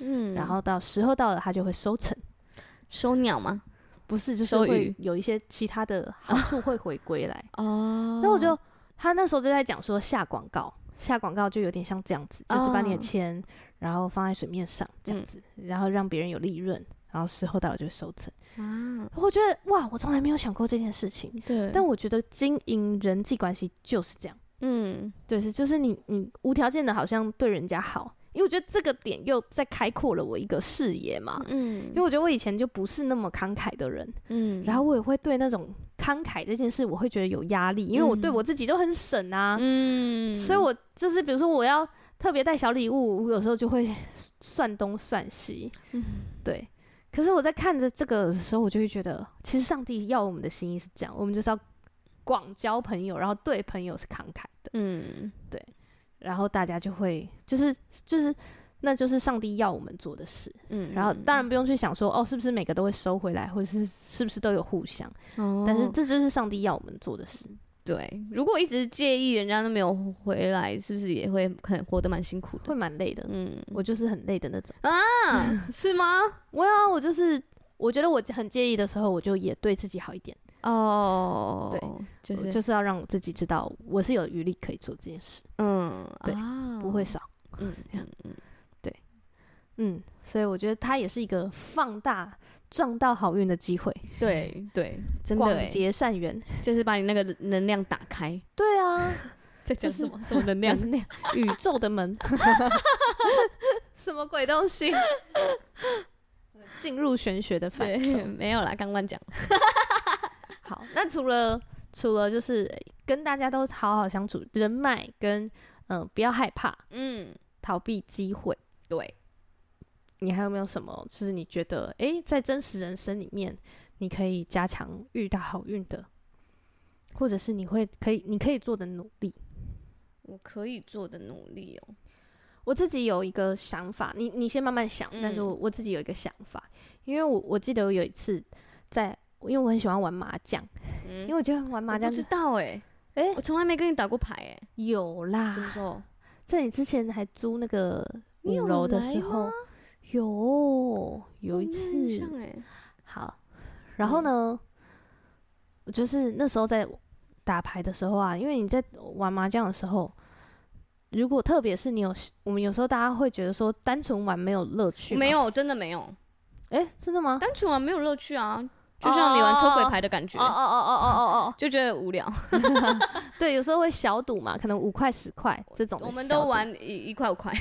嗯然后到时候到了，它就会收成。收鸟吗？不是，就是收会鱼有一些其他的好处会回归来。哦那我就他那时候就在讲说下广告，下广告就有点像这样子，就是把你的哦钱然后放在水面上这样嗯子，然后让别人有利润，然后时候到了就收成。啊，我觉得哇，我从来没有想过这件事情，对但我觉得经营人际关系就是这样，嗯对，是就是你你无条件的好像对人家好，因为我觉得这个点又在开阔了我一个视野嘛。嗯因为我觉得我以前就不是那么慷慨的人，嗯然后我也会对那种慷慨这件事，我会觉得有压力，因为我对嗯我自己就很省啊，嗯所以我就是比如说我要特别带小礼物，我有时候就会算东算西，嗯对。可是我在看着这个的时候，我就会觉得，其实上帝要我们的心意是这样，我们就是要广交朋友，然后对朋友是慷慨的，嗯然后大家就会就是就是。那就是上帝要我们做的事，嗯，然后当然不用去想说哦，是不是每个都会收回来，或者是是不是都有互相，哦，但是这就是上帝要我们做的事。对，如果一直介意人家都没有回来，是不是也会很活得蛮辛苦的？会蛮累的。嗯我就是很累的那种。啊， 是吗？我啊，我就是我觉得我很介意的时候，我就也对自己好一点，哦，就就是就是要让我自己知道我是有余力可以做这件事，嗯，对啊不会，少。嗯这样嗯嗯嗯，所以我觉得它也是一个放大撞到好运的机会，对对，真的广欸，结善 缘。就是把你那个能量打开，对啊， 在讲什么？什么能量？ 能量宇宙的门，什么鬼东西？进入玄学的范畴对，。 没有啦，刚刚讲，好，那除了除了就是呃跟大家都好好相处，人脉跟嗯、呃不要害怕嗯，逃避机会，对，你还有没有什么就是你觉得诶，在真实人生里面你可以加强遇到好运的，或者是你会可以你可以做的努力？我可以做的努力哦，我自己有一个想法，你你先慢慢想，但是我嗯我自己有一个想法，因为我我记得我有一次在，因为我很喜欢玩麻将，嗯因为，我觉得玩麻我将不知道哎，诶啊我从来没跟你打过牌哎，有啦，什么时候？在你之前还租那个你五有楼的来时候吗，有有一我没印象次哎，好，然后嗯呢，我就是那时候在打牌的时候啊，因为你在玩麻将的时候，如果特别是你有我们有时候大家会觉得说单纯玩没有乐趣，没，有，真的没有，哎，真的吗？单纯玩没有乐趣啊，就像你玩抽鬼牌的感觉哦哦，哦哦哦哦就觉得无聊。哦，对，有时候会小赌嘛，可能五块十块这种的我们小都赌，玩一一块五块，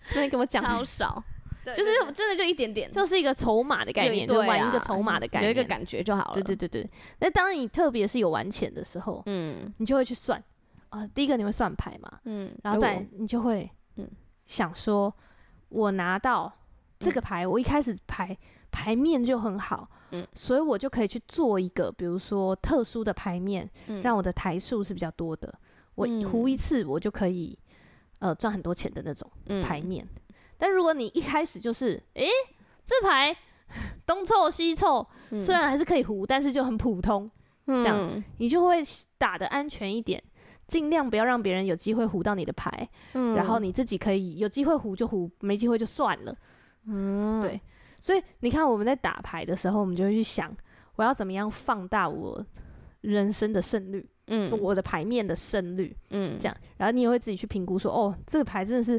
所以跟我讲，超少，对就对是真的就一点点，就是一个筹码的概有一念，就对玩一个啊筹码的概有念，一个感觉就好了。对对，对对，那当然你特别是有玩钱的时候，嗯你就会去算啊、第一个你会算牌嘛，嗯，然后哎再你就会嗯想说，我拿到这个牌，我一开始牌牌面就很好，嗯所以我就可以去做一个，比如说特殊的牌面，我让我的台数是比较多的，我胡嗯一次我就可以呃赚很多钱的那种。嗯牌，面。但如果你一开始就是，诶、这牌东凑西凑，嗯虽然还是可以胡，但是就很普通，嗯这样嗯你就会打的安全一点，尽量不要让别人有机会胡到你的牌，嗯然后你自己可以有机会胡就胡，没机会就算了。嗯对所以你看我们在打牌的时候，我们就会去想，我要怎么样放大我人生的胜率，嗯我的牌面的胜率。嗯这样，然后你也会自己去评估说，哦，这个牌真的是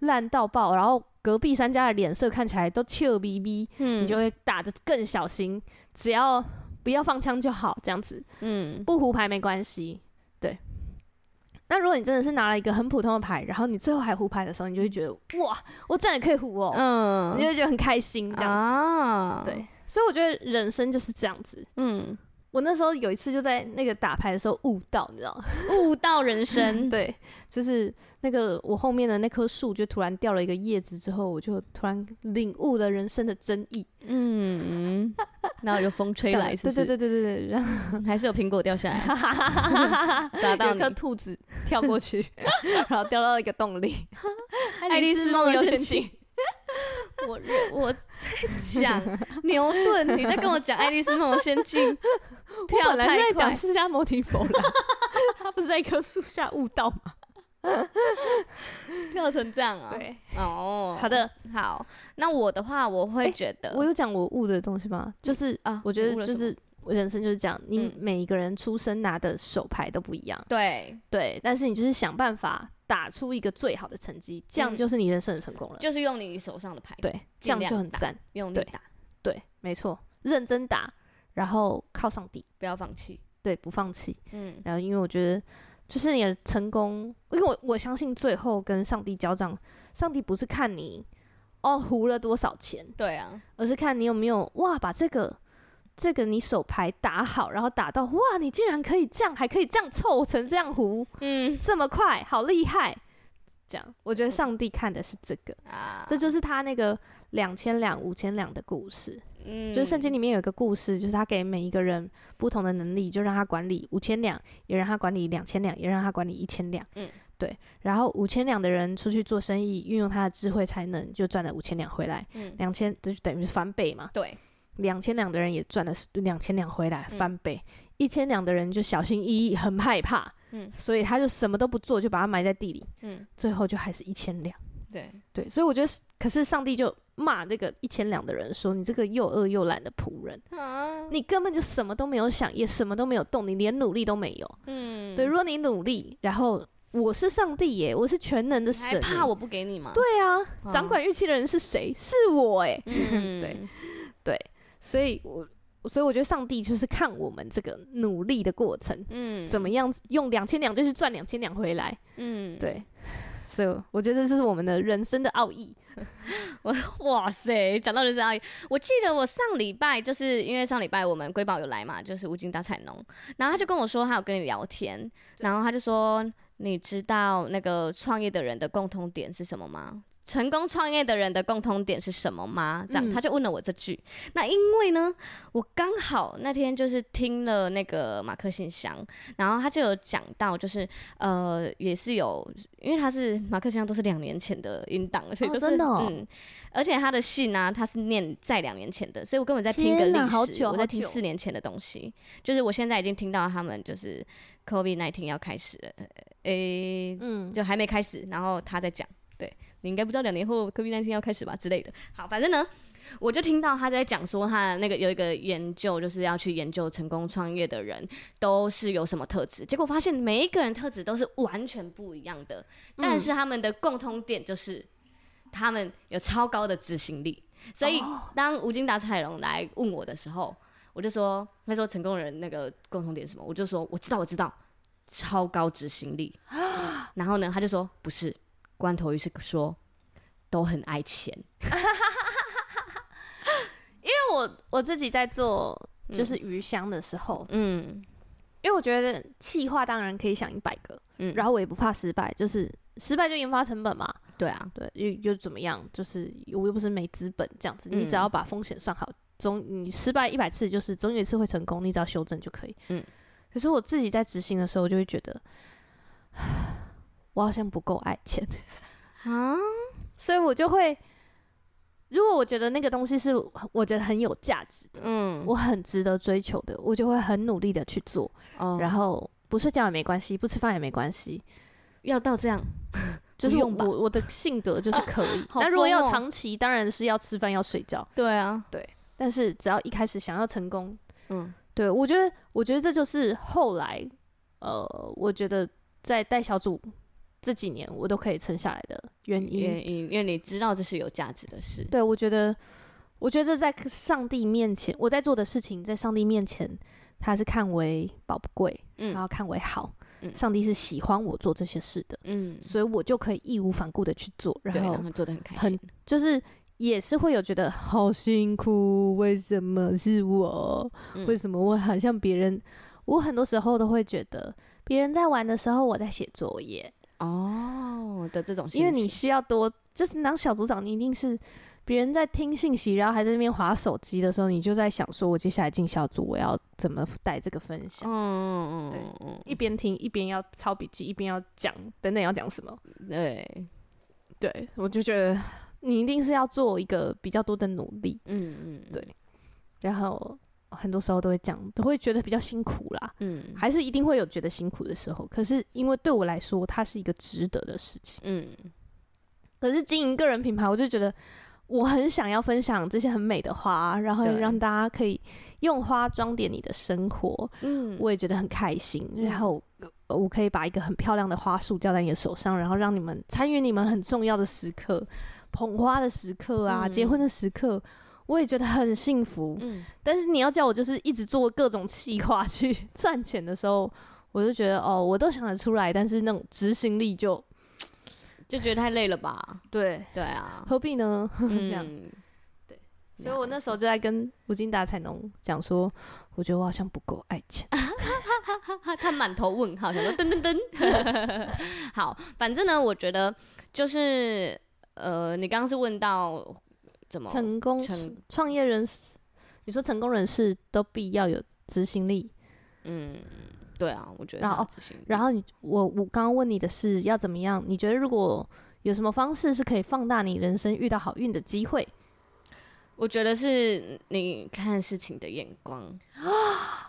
烂到爆，然后隔壁三家的脸色看起来都臭逼逼，嗯你就会打的更小心，只要不要放枪就好，这样子嗯不胡牌没关系，对。那如果你真的是拿了一个很普通的牌，然后你最后还胡牌的时候，你就会觉得哇，我真的可以胡哦，嗯你就会觉得很开心这样子，啊，对。所以我觉得人生就是这样子。嗯，我那时候有一次就在那个打牌的时候悟到，你 知道吗？悟到人 生，对，就是那个我后面的那棵树就突然掉了一个叶子之后，我就突然领悟了人生的真意。嗯，然后有风吹这样来，是对不对是？对对对对， 然后还是有苹果掉下 来砸到有一你颗。兔 子跳过去，然后掉到一个洞 里。爱丽丝梦游仙境，我认我在讲牛顿，你在跟我讲《爱丽丝梦游仙境》， 我跳本来是太快在讲，释迦牟尼佛啦 ，他不是在一棵树下悟道吗？跳成这样啊？，对，哦，好，的，好，那我的话，我会觉得，我有讲我悟的东西吗？就是啊我觉你悟得了就什么是人生就是这样，你嗯每一个人出生拿的手牌都不一样，对，对，但是你就是想办法打出一个最好的成绩，这样嗯就是你人生的成功了。就是用你手上的牌，，对，这尽样量就很打赞。用力对打，对，没错，认真打，然后靠上帝，不要放弃。对，不放弃。嗯，然后因为我觉得，就是你的成功，因为我我相信最后跟上帝交账，上帝不是看你哦糊了多少钱，对啊，而是看你有没有哇把这个这个你手牌打好，然后打到哇你竟然可以这样，还可以这样凑成这样糊，嗯这么快，好厉害！这样，我觉得上帝看的是这个，啊，这就是他那个两千两、五千两的故事。嗯就是圣经里面有一个故事，就是他给每一个人不同的能力，就让他管理五千两，也让他管理两千两，也让他管理一千两。嗯，对。然后五千两的人出去做生意，运用他的智慧才能，就赚了五千两回来。嗯，两千，这就等于是翻倍嘛。对，两千两的人也赚了两千两回来，嗯翻倍。一千两的人就小心翼翼，很害怕，嗯所以他就什么都不做，就把它埋在地里，嗯，最后就还是一千两。对，对，所以我觉得是，可是上帝就骂那个一千两的人说：“你这个又饿又懒的仆人。”啊，你根本就什么都没有想，也什么都没有动，你连努力都没有。嗯，对，如果你努力，然后我是上帝耶，我是全能的你还神，怕？我不给你吗？对啊，啊掌管预期的人是谁？是我哎，嗯，对，所以我所以我觉得上帝就是看我们这个努力的过程，嗯，怎么样用两千两就是赚两千两回来。嗯，对，所以我觉得这是我们的人生的奥义。哇塞，讲到人生奥义，我记得我上礼拜就是因为上礼拜我们瑰宝有来嘛，就是无尽大彩农，然后他就跟我说他有跟你聊天，然后他就说你知道那个创业的人的共通点是什么吗？成功创业的人的共通点是什么吗？这样、嗯他就问了我这句。那因为呢，我刚好那天就是听了那个马克信箱，然后他就有讲到，就是呃，也是有，因为他是马克信箱都是两年前的音档，所以哦都是、真的哦嗯，而且他的信呢、他是念在两年前的，所以我根本在听一个天历哪好史，久我在好听久四年前的东西，就是我现在已经听到他们就是 COVID nineteen 要开始了，呃诶、嗯，就还没开始，然后他在讲，对你应该不知道两年后 COVID 1 9要开始吧之类的。好，反正呢，我就听到他在讲说他那个有一个研究，就是要去研究成功创业的人都是有什么特质，结果发现每一个人特质都是完全不一样的，但是他们的共通点就是他们有超高的执行力。所以当吴金达彩龙来问我的时候，我就说，他说成功人那个共同点是什么？我就说我知道，我知道，超高执行力。然后呢，他就说不是，关头鱼是说都很爱钱。因为我我自己在做就是鱼香的时候，嗯因为我觉得气话当然可以想一百个，嗯，然后后我也不怕失败，就是失败就研发成本嘛，对啊，对，又又怎么样？就是我又不是没资本这样子，你只嗯要把风险算好，总你失败一百次，就是总有一次会成功，你只要修正就可以。嗯，可是我自己在执行的时候，我就会觉得，我好像不够爱钱， 啊，所以我就会，如果我觉得那个东西是我觉得很有价值的，嗯，我很值得追求的，我就会很努力的去做，哦，然后不睡觉也没关系，不吃饭也没关系，要到这样，就是不我用吧。我我的性格就是可以 好那如果疯要哦长期，当然是要吃饭要睡觉。对啊，但是只要一开始想要成功，嗯对我觉得，我觉得这就是后来，呃，我觉得在带小组这几年，我都可以撑下来的原因。原因，因为你知道这是有价值的事，对我觉得，我觉得这在上帝面前，我在做的事情，在上帝面前，他是看为宝贵，然嗯后看为好。嗯上帝是喜欢我做这些事的，嗯，所以我就可以义无反顾的去做，对，然后然后做的很开很心，就是也是会有觉得好辛苦，为什么是我？嗯为什么我好像别人？我很多时候都会觉得别人在玩的时候，我在写作业，哦的这种心情，因为你需要多，就是当小组长，你一定是别人在听信息，然后还在那边划手机的时候，你就在想说，我接下来进小组，我要怎么带这个分享？嗯，嗯对嗯嗯一边听一边要抄笔记，一边要讲等等要讲什么？嗯，对，对我就觉得你一定是要做一个比较多的努力，嗯嗯，对然后很多时候都会这样，都会觉得比较辛苦啦，嗯还是一定会有觉得辛苦的时候。可是因为对我来说，它是一个值得的事情。嗯可是经营个人品牌，我就觉得我很想要分享这些很美的花，然后对让大家可以用花装点你的生活，嗯，我也觉得很开心。嗯然后呃我可以把一个很漂亮的花束交在你的手上，然后让你们参与你们很重要的时刻，捧花的时刻啊，嗯结婚的时刻。我也觉得很幸福，嗯但是你要叫我就是一直做各种企划去赚钱的时候，我就觉得哦，我都想得出来，但是那种执行力就就觉得太累了吧？对，对 啊，何必呢？ 这样嗯，所以我那时候就在跟吴金达、彩农讲说，我觉得我好像不够爱钱。他他满头问号， 想说噔噔噔。 好，反正呢，我觉得就是呃，你刚刚是问到怎么成功成嗯创业人士，你说成功人士都必要有执行力。嗯，对啊，我觉得然后是要执行力然后你，我我刚刚问你的是要怎么样？你觉得如果有什么方式是可以放大你人生遇到好运的机会？我觉得是你看事情的眼光 啊，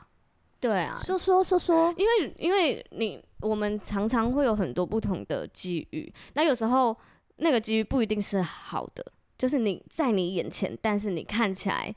对啊，说说说说，因为因为你我们常常会有很多不同的机遇，那有时候那个机遇不一定是好的，就是你在你眼前，但是你看起来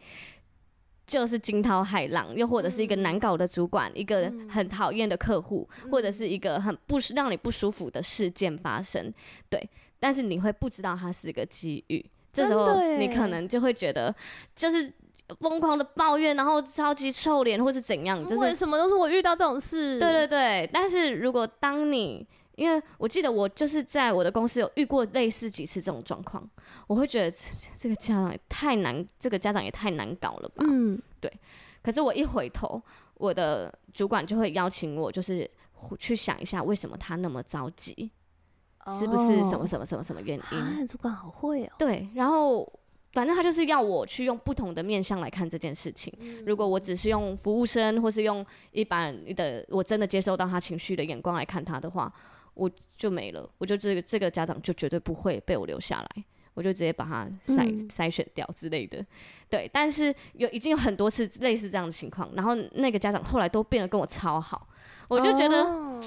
就是惊涛骇浪，又或者是一个难搞的主管，一个嗯很讨厌的客户，或者是一个很不舒让你不舒服的事件发生，对，但是你会不知道它是个机遇，这时真候的耶你可能就会觉得就是。疯狂的抱怨，然后超级臭脸，或是怎样，就是嗯为什么都是我遇到这种事？对对对，但是如果当你，因为我记得我就是在我的公司有遇过类似几次这种状况，我会觉得这这个家长也太难，这个家长也太难搞了吧。嗯，可是我一回头，我的主管就会邀请我，就是去想一下为什么他那么着急，是不是什么哦什么什么什么原因？啊？主管好会哦。对，然后反正他就是要我去用不同的面向来看这件事情。如果我只是用服务生，或是用一般的我真的接收到他情绪的眼光来看他的话，我就没了，我就这个这个家长就绝对不会被我留下来。我就直接把他筛、嗯筛选掉之类的，对。但是有已经有很多次类似这样的情况，然后那个家长后来都变得跟我超好，我就觉得、哦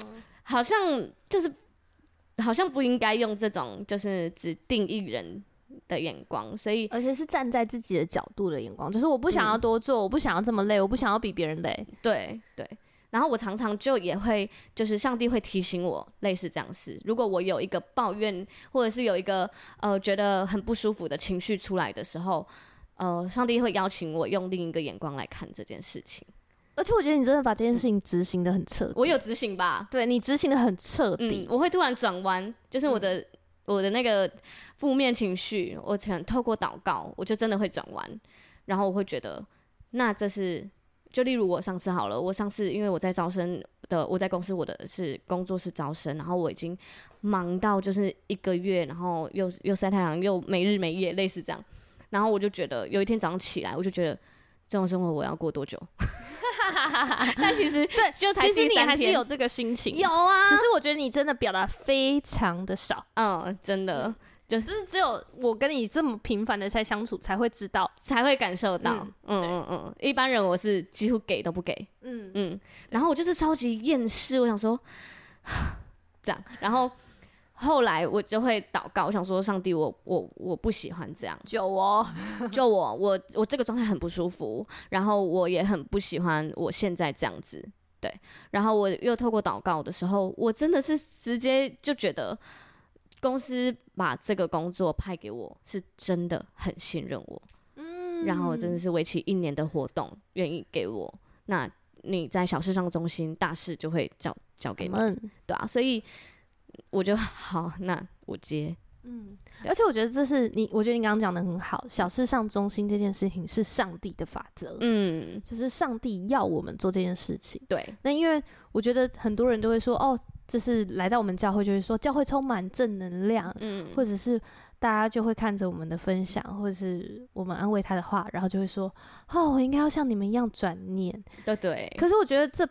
好像就是好像不应该用这种就是只定义人的眼光，所以而且是站在自己的角度的眼光，就是我不想要嗯多做，我不想要这么累，我不想要比别人累。对对。然后我常常就也会，就是上帝会提醒我类似这样的事。如果我有一个抱怨，或者是有一个呃觉得很不舒服的情绪出来的时候，呃，上帝会邀请我用另一个眼光来看这件事情。而且我觉得你真的把这件事情执行的很彻底，我有执行吧？对你执行的很彻嗯底，，我会突然转弯，就是我嗯的、我的那个负面情绪，我可能透过祷告，我就真的会转弯，然后我会觉得，那这是就例如我上次好了，我上次因为我在招生的，我在公司我的是工作是招生，然后我已经忙到就是一个月，然后又又晒太阳，又没日没夜，类似这样，然后我就觉得有一天早上起来，我就觉得。这种生活我要过多久？但其实对，就才其实第你三还是天有这个心情，有，啊，只是我觉得你真的表达非常的少，嗯，真的，就是只有我跟你这么频繁的在相处才会知道，才会感受到。嗯对嗯嗯嗯，一般人我是几乎给都不给。嗯，，嗯，然后我就是超级厌世，我想说 这样，然后后来我就会祷告，我想说上帝我，我我不喜欢 这样久哦，就我我我这个状态很不舒服，然后我也很不喜欢我现在这样子。对，然后我又透过祷告的时候，我真的是直接就觉得公司把这个工作派给我，是真的很信任我。嗯然后真的是是为期一年的活动，愿意给我。那你在小事上中心，大事就会交交给给你，们，对啊，所以我就 好，那我接，嗯，而且我觉得这是你，我觉得你刚刚讲的很好，小事上中心这件事情是上帝的法则，嗯，就是上帝要我们做这件事情。对，那因为我觉得很多人都会说，哦，就是来到我们教会就会说教会充满正能量，嗯，或者是大家就会看着我们的分享，或者是我们安慰他的话，然后就会说，哦，我应该要像你们一样转念。对对，可是我觉得这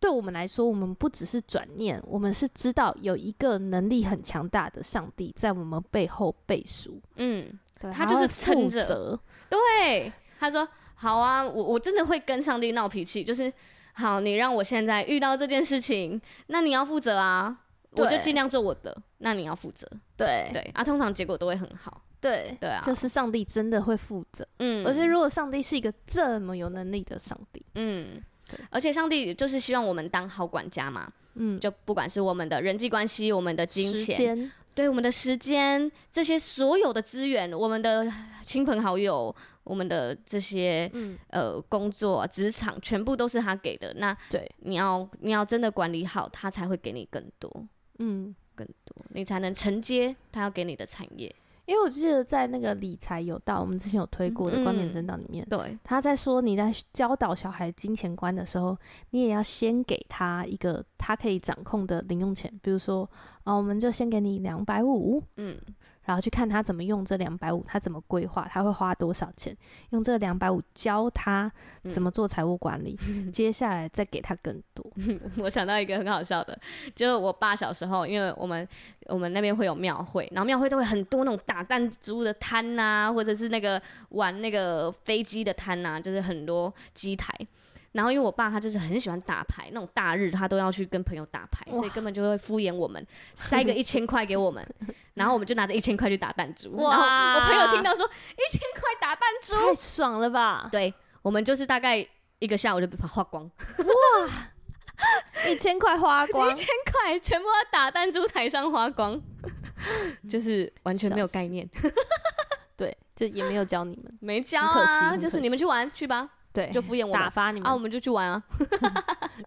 对我们来说，我们不只是转念，我们是知道有一个能力很强大的上帝在我们背后背书，嗯，对他就是会负撑着责对，他说。好啊，我我真的会跟上帝闹脾气，就是好，你让我现在遇到这件事情，那你要负责啊，我就对尽量做我的，那你要负责，对对啊，通常结果都会很好，对对啊，就是上帝真的会负责，嗯，而且如果上帝是一个这么有能力的上帝，嗯对，而且上帝就是希望我们当好管家嘛，嗯，就不管是我们的人际关系、我们的金时钱，间对我们的时间，这些所有的资源，我们的亲朋好友，我们的这些嗯，呃工作、职场，全部都是他给的。那对，你要你要真的管理好，他才会给你更多嗯，更多，你才能承接他要给你的产业。因为我记得在那个理财有道，我们之前有推过的《嗯冠冕真道》里面，对，他在说你在教导小孩金钱观的时候，你也要先给他一个他可以掌控的零用钱，比如说，啊、我们就先给你两百五，嗯，然后去看他怎么用这两百五，他怎么规划，他会花多少钱，用这两百五教他嗯怎么做财务 管理，接下来再给他更多。我想到一个很好笑的，就是我爸小时候，因为我们我们那边会有庙会，然后庙会都会很多那种打弹珠的摊呐、或者是那个玩那个飞机的摊呐、就是很多机台。然后因为我爸他就是很喜欢打牌，那种大日他都要去跟朋友打牌，哇所以根本就会敷衍我们，塞个一千块给 我们，然后我们就拿着一千块去打弹珠。哇然后我朋友听到说一千块打弹珠，太爽了吧！对我们就是大概一个下午就把它花光。一千块花 光一，千块全部要打弹珠台上花 光，就是完全没有概念，对，就也没有教你们，没教很可惜啊，很可惜就是你们去玩去吧，对，就敷衍我打们发你们、啊，我们就去玩啊，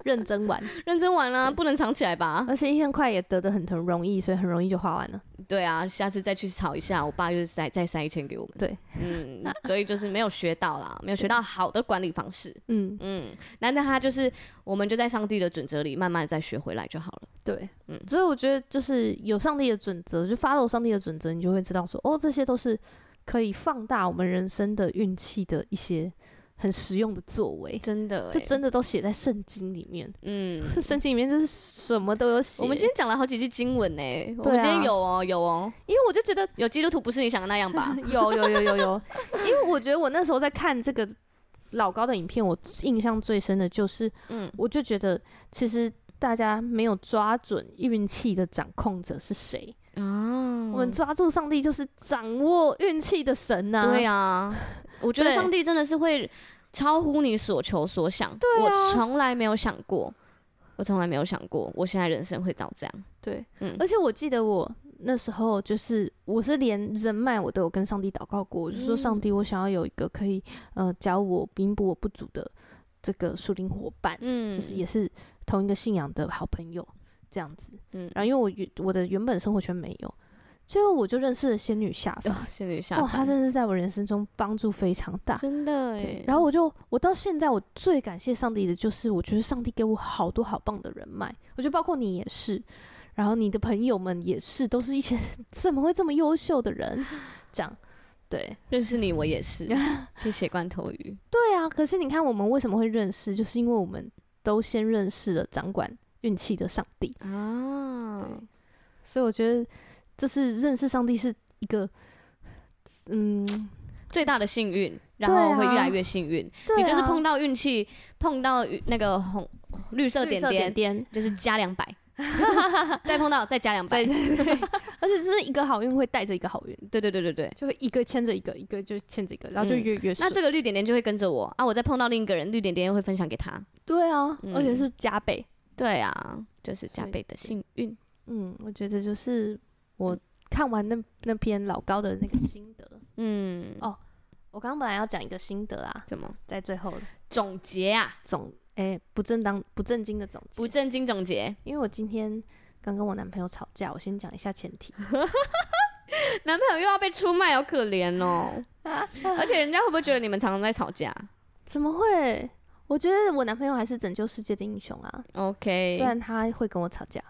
认真玩，认真玩啊，对呃不能藏起来吧？而且一千块也得的很很容易，所以很容易就花完了。对啊，下次再去吵一下，我爸就是再再塞一千给我们。对，嗯，所以就是没有学到啦， 没有学到好的管理方式。嗯，嗯，那那他就是，我们就在上帝的准则里慢慢再学回来就好了。对，嗯所以我觉得就是有上帝的准则，就 follow 上帝的准则，你就会知道说，哦，这些都是可以放大我们人生的运气的一些很实用的作为，真的、哎这真的都写在圣经里面，嗯，圣经里面就是什么都有写。我们今天讲了好几句经文呢、我啊们今天有哦、有哦、因为我就觉得有基督徒不是你想的那样吧？ 有有有有有，因为我觉得我那时候在看这个老高的影片，我印象最深的就是，嗯我就觉得其实大家没有抓准运气的掌控者是谁，哦，我们抓住上帝就是掌握运气的神呐、对啊，我觉得对上帝真的是会超乎你所求所想。对啊我从来没有想过，我从来没有想过，我现在人生会到这样。对，嗯而且我记得我那时候就是，我是连人脉我都有跟上帝祷告过，我就说嗯上帝，我想要有一个可以呃教我弥补我不足的这个属灵伙伴，嗯就是也是同一个信仰的好朋友这样子。嗯，然后因为我原我的原本生活圈没有，结果我就认识了仙女下凡，哇，仙女 下哇，凡，她真的是在我人生中帮助非常大。哦真的对哎，，然后我就我到现在我最感谢上帝的就是，我觉得上帝给我好多好棒的人脉，我觉得包括你也是，然后你的朋友们也是，都是一些 怎么会这么优秀的人， 这样。对认识你我也 是，谢谢罐头鱼。对啊，可是你看我们为什么会认识，就是因为我们都先认识了掌管运气的上帝。啊，所以我觉得，就是认识上帝是一个，嗯，最大的幸运，然对后啊会越来越幸运。对你就是啊碰 到运气，碰到那个红绿色绿点色点点，点，就是加两百， 再碰到再加两百对。 对对，而且就是一个好运会带着一个好运，对对对对对，就会一个牵着一个，一个就牵着一个，然后就嗯越越那顺。这个绿点点就会跟着我啊，我再碰到另一个人，绿点点又会分享给他。对啊，嗯而且是加倍。对啊，就是加所以倍的幸运。嗯，我觉得这就是我看完那那篇老高的那个心得。嗯，哦我刚刚本来要讲一个心得啊，怎么在最后总结啊？总哎、不正当不正经的总结不，正经总结，因为我今天刚跟我男朋友吵架，我先讲一下前提。 男朋友又要被出卖，好可怜 哦。而且人家会不会觉得你们常常在吵架怎么会？我觉得我男朋友还是拯救世界的英雄啊！虽？OK，然他会跟我吵架，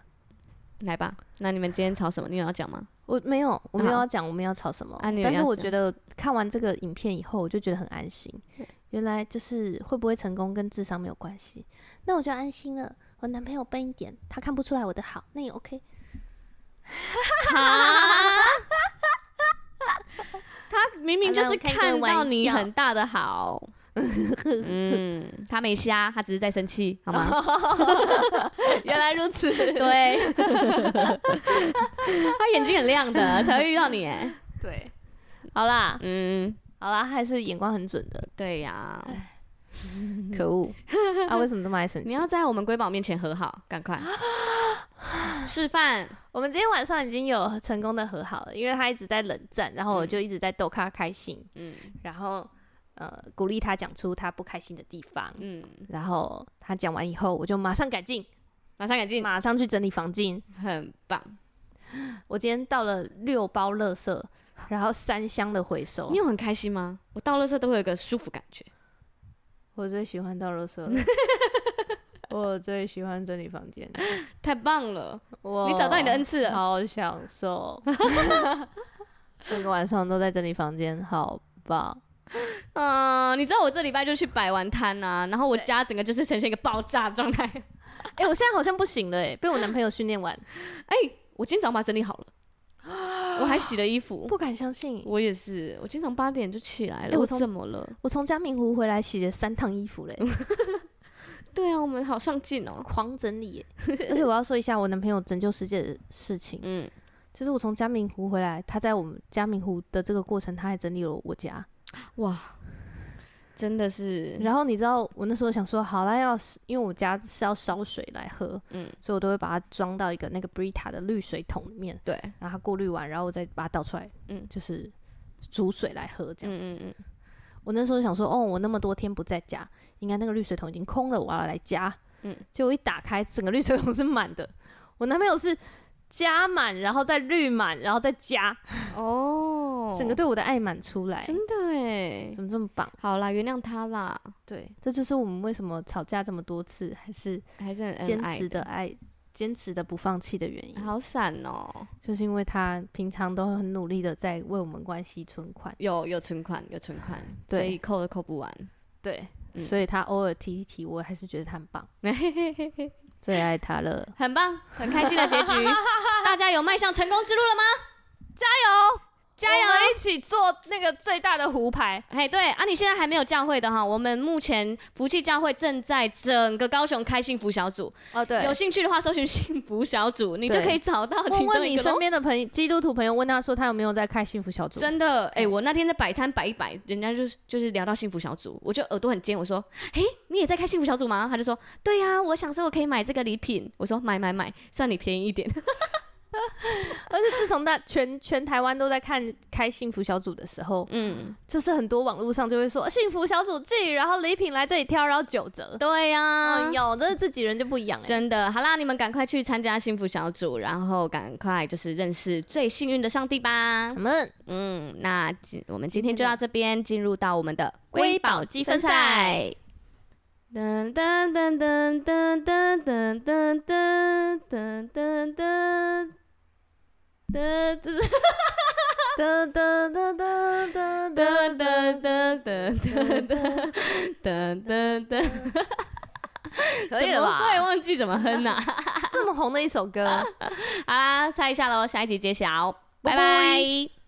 来吧。那你们今天吵什么？你有要讲吗？我没有，我没有要讲我们要吵什么，啊你有但是要我讲觉得看完这个影片以后，我就觉得很安心。嗯原来就是会不会成功跟智商没有关系，那我就安心了。我男朋友笨一点，他看不出来我的好，那 也 OK。他明明就是 好啦我开个看到你玩笑 很大的好，嗯，他没瞎，他只是在生气，好吗？原来如 此， 对，他眼睛很亮的，才会遇到你哎。对，好啦， 嗯，好啦，还是眼光很准的，对呀，可恶！啊，为什么这么爱生 你气？要在我们瑰宝面前和好，赶快示范。我们今天晚上已经有成功的和好了，因为他一直在冷战，然后我就一直在逗他开心，嗯然后呃鼓励他讲出他不开心的地方，嗯，然后他讲完以后，我就马上改进，马上改进，马上去整理房间。很棒。我今天到了六包垃圾，然后三箱的回收你。有很开心吗？我到垃圾都会有一个舒服感觉。 我最喜欢倒垃 圾了，我最喜欢整理房间。太棒了！我你找到你的恩赐了好享 受。整个晚上都在整理房间，好棒！嗯、你知道我这礼拜就去摆完摊啊，然后我家整个就是呈现一个爆炸状态。哎、我现在好像不行了，哎，被我男朋友训练 完，哎、我今天早上把它整理 好了，我还洗了衣服。不敢相信。我也是，我今天早上八点就起来了。哎我我从怎么了？我从嘉明湖回来洗了三趟衣 服嘞，对啊，我们好上进哦。狂整理耶。而且我要说一下我男朋友拯救世界的事情，嗯，就是我从嘉明湖回来，他在我们嘉明湖的这个过程，他还整理了我家。哇，真的是，然后你知道，我那时候想说，好啦，要是因为我家是要烧水来喝，嗯，所以我都会把它装到一个那个 Brita 的滤水桶里面，对，然后它过滤完，然后我再把它倒出来，嗯就是煮水来喝这样子。嗯嗯嗯，我那时候想说，哦，我那么多天不在家，应该那个滤水桶已经空了，我要来加。嗯，结果一打开，整个滤水桶是满的。我男朋友是加满，然后再滤满，然后再加，嗯哦，整个对我的爱满出来，真的哎，怎么这么棒？好啦，原谅他啦，对，这就是我们为什么吵架这么多次，还是还是很恩坚嗯爱持的爱。坚持的不放弃的原因，好闪哦，就是因为他平常都很努力的在为我们关系存款，有有存款，有存款，对所以扣都扣不完。对，嗯所以他偶尔提一提，我还是觉得他很 棒，嘿嘿嘿嘿最爱他了。很棒，很开心的 结局。大家有迈向成功之路了吗？加油，我加油！们一起做那个最大的胡牌，嘿，对啊，你现在还没有教会的哈，我们目前福气教会正在整个高雄开幸福小组，哦，对有兴趣的话搜寻幸福小组，你就对可以找到其问问中你一个身咯。边的朋友，基督徒朋友，问他说他有没有在开幸福小 组？真的，哎、我那天在摆摊摆一摆，人家就是就是聊到幸福小组，我就耳朵很尖，我说，哎、你也在开幸福小组吗？他就说，对呀、我想说我可以买这个礼品，我说买买买，算你便宜一 点。而且自从大全全台湾都在看开幸福小组的时候，嗯，就是很多网络上就会说啊幸福小组季，然后礼品来这里挑，然后九折。对呀、哎呦，真的自己人就不一样哎、嗯真的，好啦，你们赶快去参加幸福小组，然后赶快就是认识最幸运的上帝吧我。们嗯，那今我们今天就到这边，进入到我们的瑰宝积分赛。噔噔噔噔噔噔噔噔噔噔噔噔噔噔噔噔噔噔噔 噔，噔噔噔噔噔噔噔噔噔，可以了怎么会啊吧？忘记怎么哼呢？这么红的一首歌。好啦，猜一下喽，下一集揭晓，拜拜拜拜。